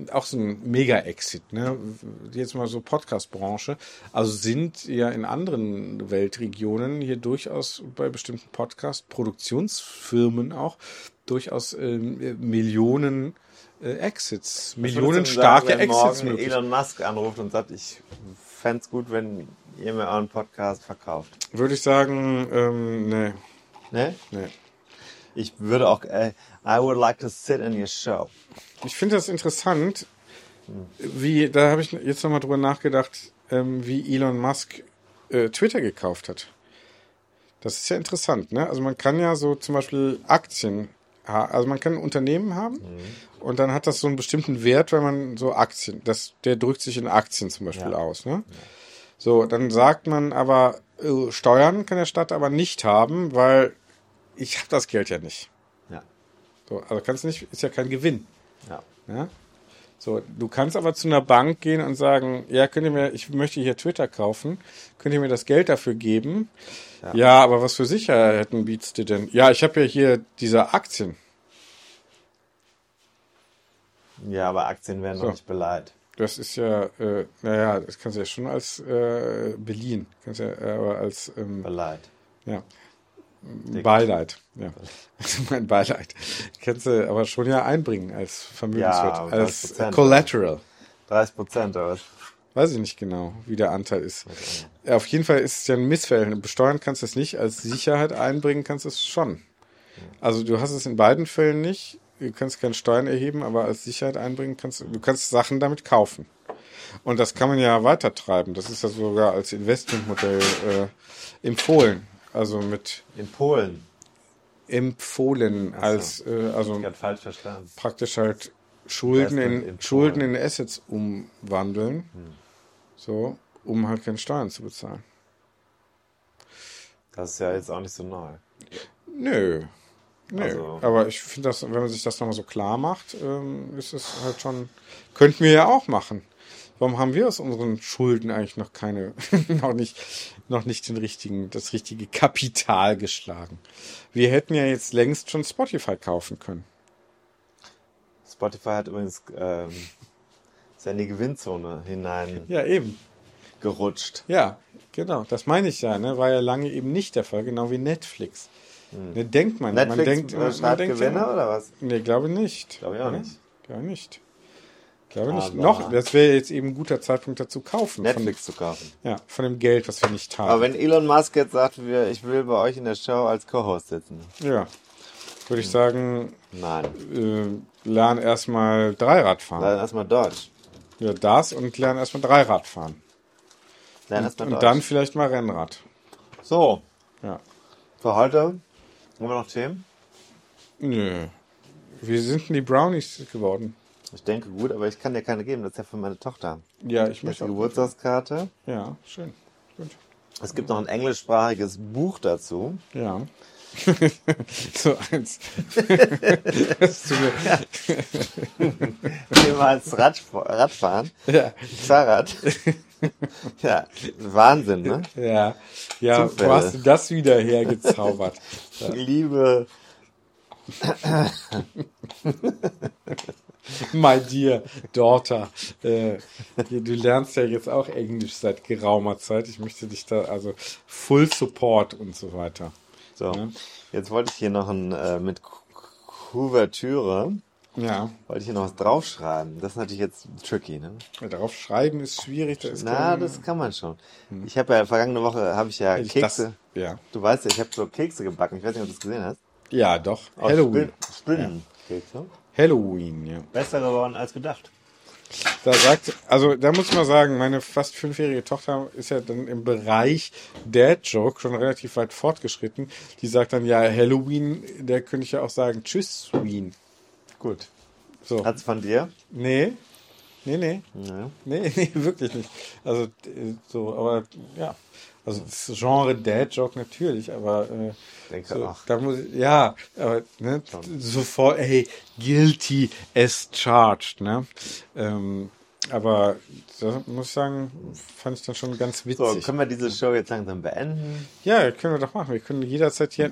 S2: Ja. Auch so ein Mega-Exit, ne? Jetzt mal so Podcast-Branche. Also sind ja in anderen Weltregionen hier durchaus bei bestimmten Podcast-Produktionsfirmen auch durchaus ähm, Millionen äh, Exits, Millionen
S1: Würdest du denn
S2: starke
S1: sagen, wenn
S2: Exits
S1: morgen
S2: möglich.
S1: Elon Musk anruft und sagt, ich fänd's gut, wenn ihr mir euren Podcast verkauft.
S2: Würde ich sagen, ähm, nee,
S1: Ne?
S2: nee.
S1: Ich würde auch, äh, I would like to sit in your show.
S2: Ich finde das interessant, wie, da habe ich jetzt nochmal drüber nachgedacht, ähm, wie Elon Musk äh, Twitter gekauft hat. Das ist ja interessant, ne? Also man kann ja so zum Beispiel Aktien, ha- also man kann ein Unternehmen haben und dann hat das so einen bestimmten Wert, wenn man so Aktien, das, der drückt sich in Aktien zum Beispiel aus, ne? So, dann sagt man aber, äh, Steuern kann der Staat aber nicht haben, weil ich habe das Geld ja nicht.
S1: Ja.
S2: So, also kannst nicht, ist ja kein Gewinn.
S1: Ja.
S2: Ja? So, du kannst aber zu einer Bank gehen und sagen, ja, könnt ihr mir, ich möchte hier Twitter kaufen, könnt ihr mir das Geld dafür geben? Ja, aber was für Sicherheiten bietest du denn? Ja, ich habe ja hier diese Aktien.
S1: Ja, aber Aktien werden
S2: So.
S1: noch nicht beleidigt.
S2: Das ist ja, äh, naja, das kannst du ja schon als äh, beliehen, kannst ja äh, aber als ähm,
S1: Beleidigt.
S2: Ja. Beileid. Ja. mein Beileid. Kannst du aber schon ja einbringen als Vermögenswert,
S1: Ja,
S2: als
S1: 30%.
S2: Collateral.
S1: 30 Prozent, oder was?
S2: Weiß ich nicht genau, wie der Anteil ist. Ja, Auf jeden Fall ist es ja ein Missverhältnis. Besteuern kannst du es nicht, als Sicherheit einbringen kannst du es schon. Also du hast es in beiden Fällen nicht. Du kannst keine Steuern erheben, aber als Sicherheit einbringen kannst du, du kannst Sachen damit kaufen. Und das kann man ja weitertreiben. Das ist ja sogar als Investmentmodell äh, empfohlen. Also mit
S1: In Polen.
S2: empfohlen als äh, also
S1: Ich hab falsch verstanden.
S2: praktisch halt Schulden
S1: Investment
S2: in
S1: empfohlen.
S2: Schulden in Assets umwandeln, so um halt keine Steuern zu bezahlen.
S1: Das ist ja jetzt auch nicht so neu.
S2: Nö. Nö,
S1: Also-
S2: aber ich finde das, wenn man sich das nochmal so klar macht, ähm, ist es halt schon, könnten wir ja auch machen. Warum haben wir aus unseren Schulden eigentlich noch keine, noch nicht, noch nicht den richtigen, das richtige Kapital geschlagen? Wir hätten ja jetzt längst schon Spotify kaufen können.
S1: Spotify hat übrigens ähm, ist ja in die Gewinnzone
S2: Ja, eben.
S1: hineingerutscht.
S2: Ja, genau, das meine ich ja. Ne? War ja lange eben nicht der Fall, genau wie Netflix. Ne, denkt man, man
S1: Hm. Netflix
S2: denkt,
S1: äh,
S2: man
S1: schreibt
S2: denkt
S1: Gewinner
S2: immer-
S1: oder was?
S2: Nee, glaube nicht.
S1: Glaube ich auch
S2: Ne?
S1: nicht.
S2: Glaube nicht. glaube nicht.
S1: Aber-
S2: Noch, das wäre jetzt eben ein guter Zeitpunkt dazu kaufen.
S1: Netflix zu kaufen.
S2: Von, ja, von dem Geld, was wir nicht haben.
S1: Aber wenn Elon Musk jetzt sagt, wir- ich will bei euch in der Show als Co-Host sitzen.
S2: ja. Würde ich sagen,
S1: Nein.
S2: äh, lern erstmal Dreirad fahren.
S1: Dann erstmal Deutsch.
S2: Ja, das und lern erstmal Dreirad fahren.
S1: Dann erstmal
S2: Und
S1: Deutsch.
S2: dann vielleicht mal Rennrad.
S1: So,
S2: Ja.
S1: für heute haben wir noch Themen.
S2: Nö. Wie sind denn die Brownies geworden?
S1: Ich denke gut, aber ich kann dir keine geben. Das ist ja für meine Tochter.
S2: Ja,
S1: Das
S2: ich
S1: ist
S2: möchte
S1: die
S2: auch.
S1: Geburtstagskarte.
S2: Ja, schön. Gut.
S1: Es gibt noch ein englischsprachiges Buch dazu.
S2: Ja. so eins. das tut mir,
S1: Thema als Radf- Radfahren.
S2: ja,
S1: Fahrrad. ja, Wahnsinn, ne?
S2: ja, ja wo
S1: Zufälle.
S2: hast du das wieder hergezaubert?
S1: Liebe,
S2: My dear daughter. Äh, du lernst ja jetzt auch Englisch seit geraumer Zeit. Ich möchte dich da, also Full Support und so weiter.
S1: So,
S2: Ja.
S1: jetzt wollte ich hier noch ein, äh, mit Ku- Kuvertüre,
S2: Ja,
S1: wollte ich hier noch was draufschreiben. Das ist natürlich jetzt tricky, ne?
S2: darauf schreiben ist schwierig. Da ist
S1: Na,
S2: kein-
S1: das kann man schon. Ich habe ja vergangene Woche, habe ich ja
S2: Hm. ich
S1: Kekse,
S2: das- ja.
S1: du weißt ja, ich habe so Kekse gebacken. Ich weiß nicht, ob du das gesehen hast.
S2: ja, doch.
S1: Aus
S2: Halloween.
S1: Spin- Spinnenkekse.
S2: Halloween, ja.
S1: Besser geworden als gedacht.
S2: Da sagt, also da muss man sagen, meine fast fünfjährige Tochter ist ja dann im Bereich Dad-Joke schon relativ weit fortgeschritten. Die sagt dann ja Halloween, der könnte ich ja auch sagen Tschüss, Wien.
S1: Gut.
S2: So.
S1: Hat's von dir?
S2: nee. Nee, nee.
S1: Ja.
S2: Nee, nee, wirklich nicht. Also äh, so, aber ja. Also das Genre Dad-Joke natürlich, aber äh,
S1: Denke
S2: so,
S1: auch.
S2: da muss ich, ja, aber ne, sofort, hey, guilty as charged, ne? Ähm, aber da muss ich sagen, fand ich dann schon ganz
S1: So,
S2: witzig.
S1: können wir diese Show jetzt langsam beenden?
S2: ja, können wir doch machen. Wir können jederzeit hier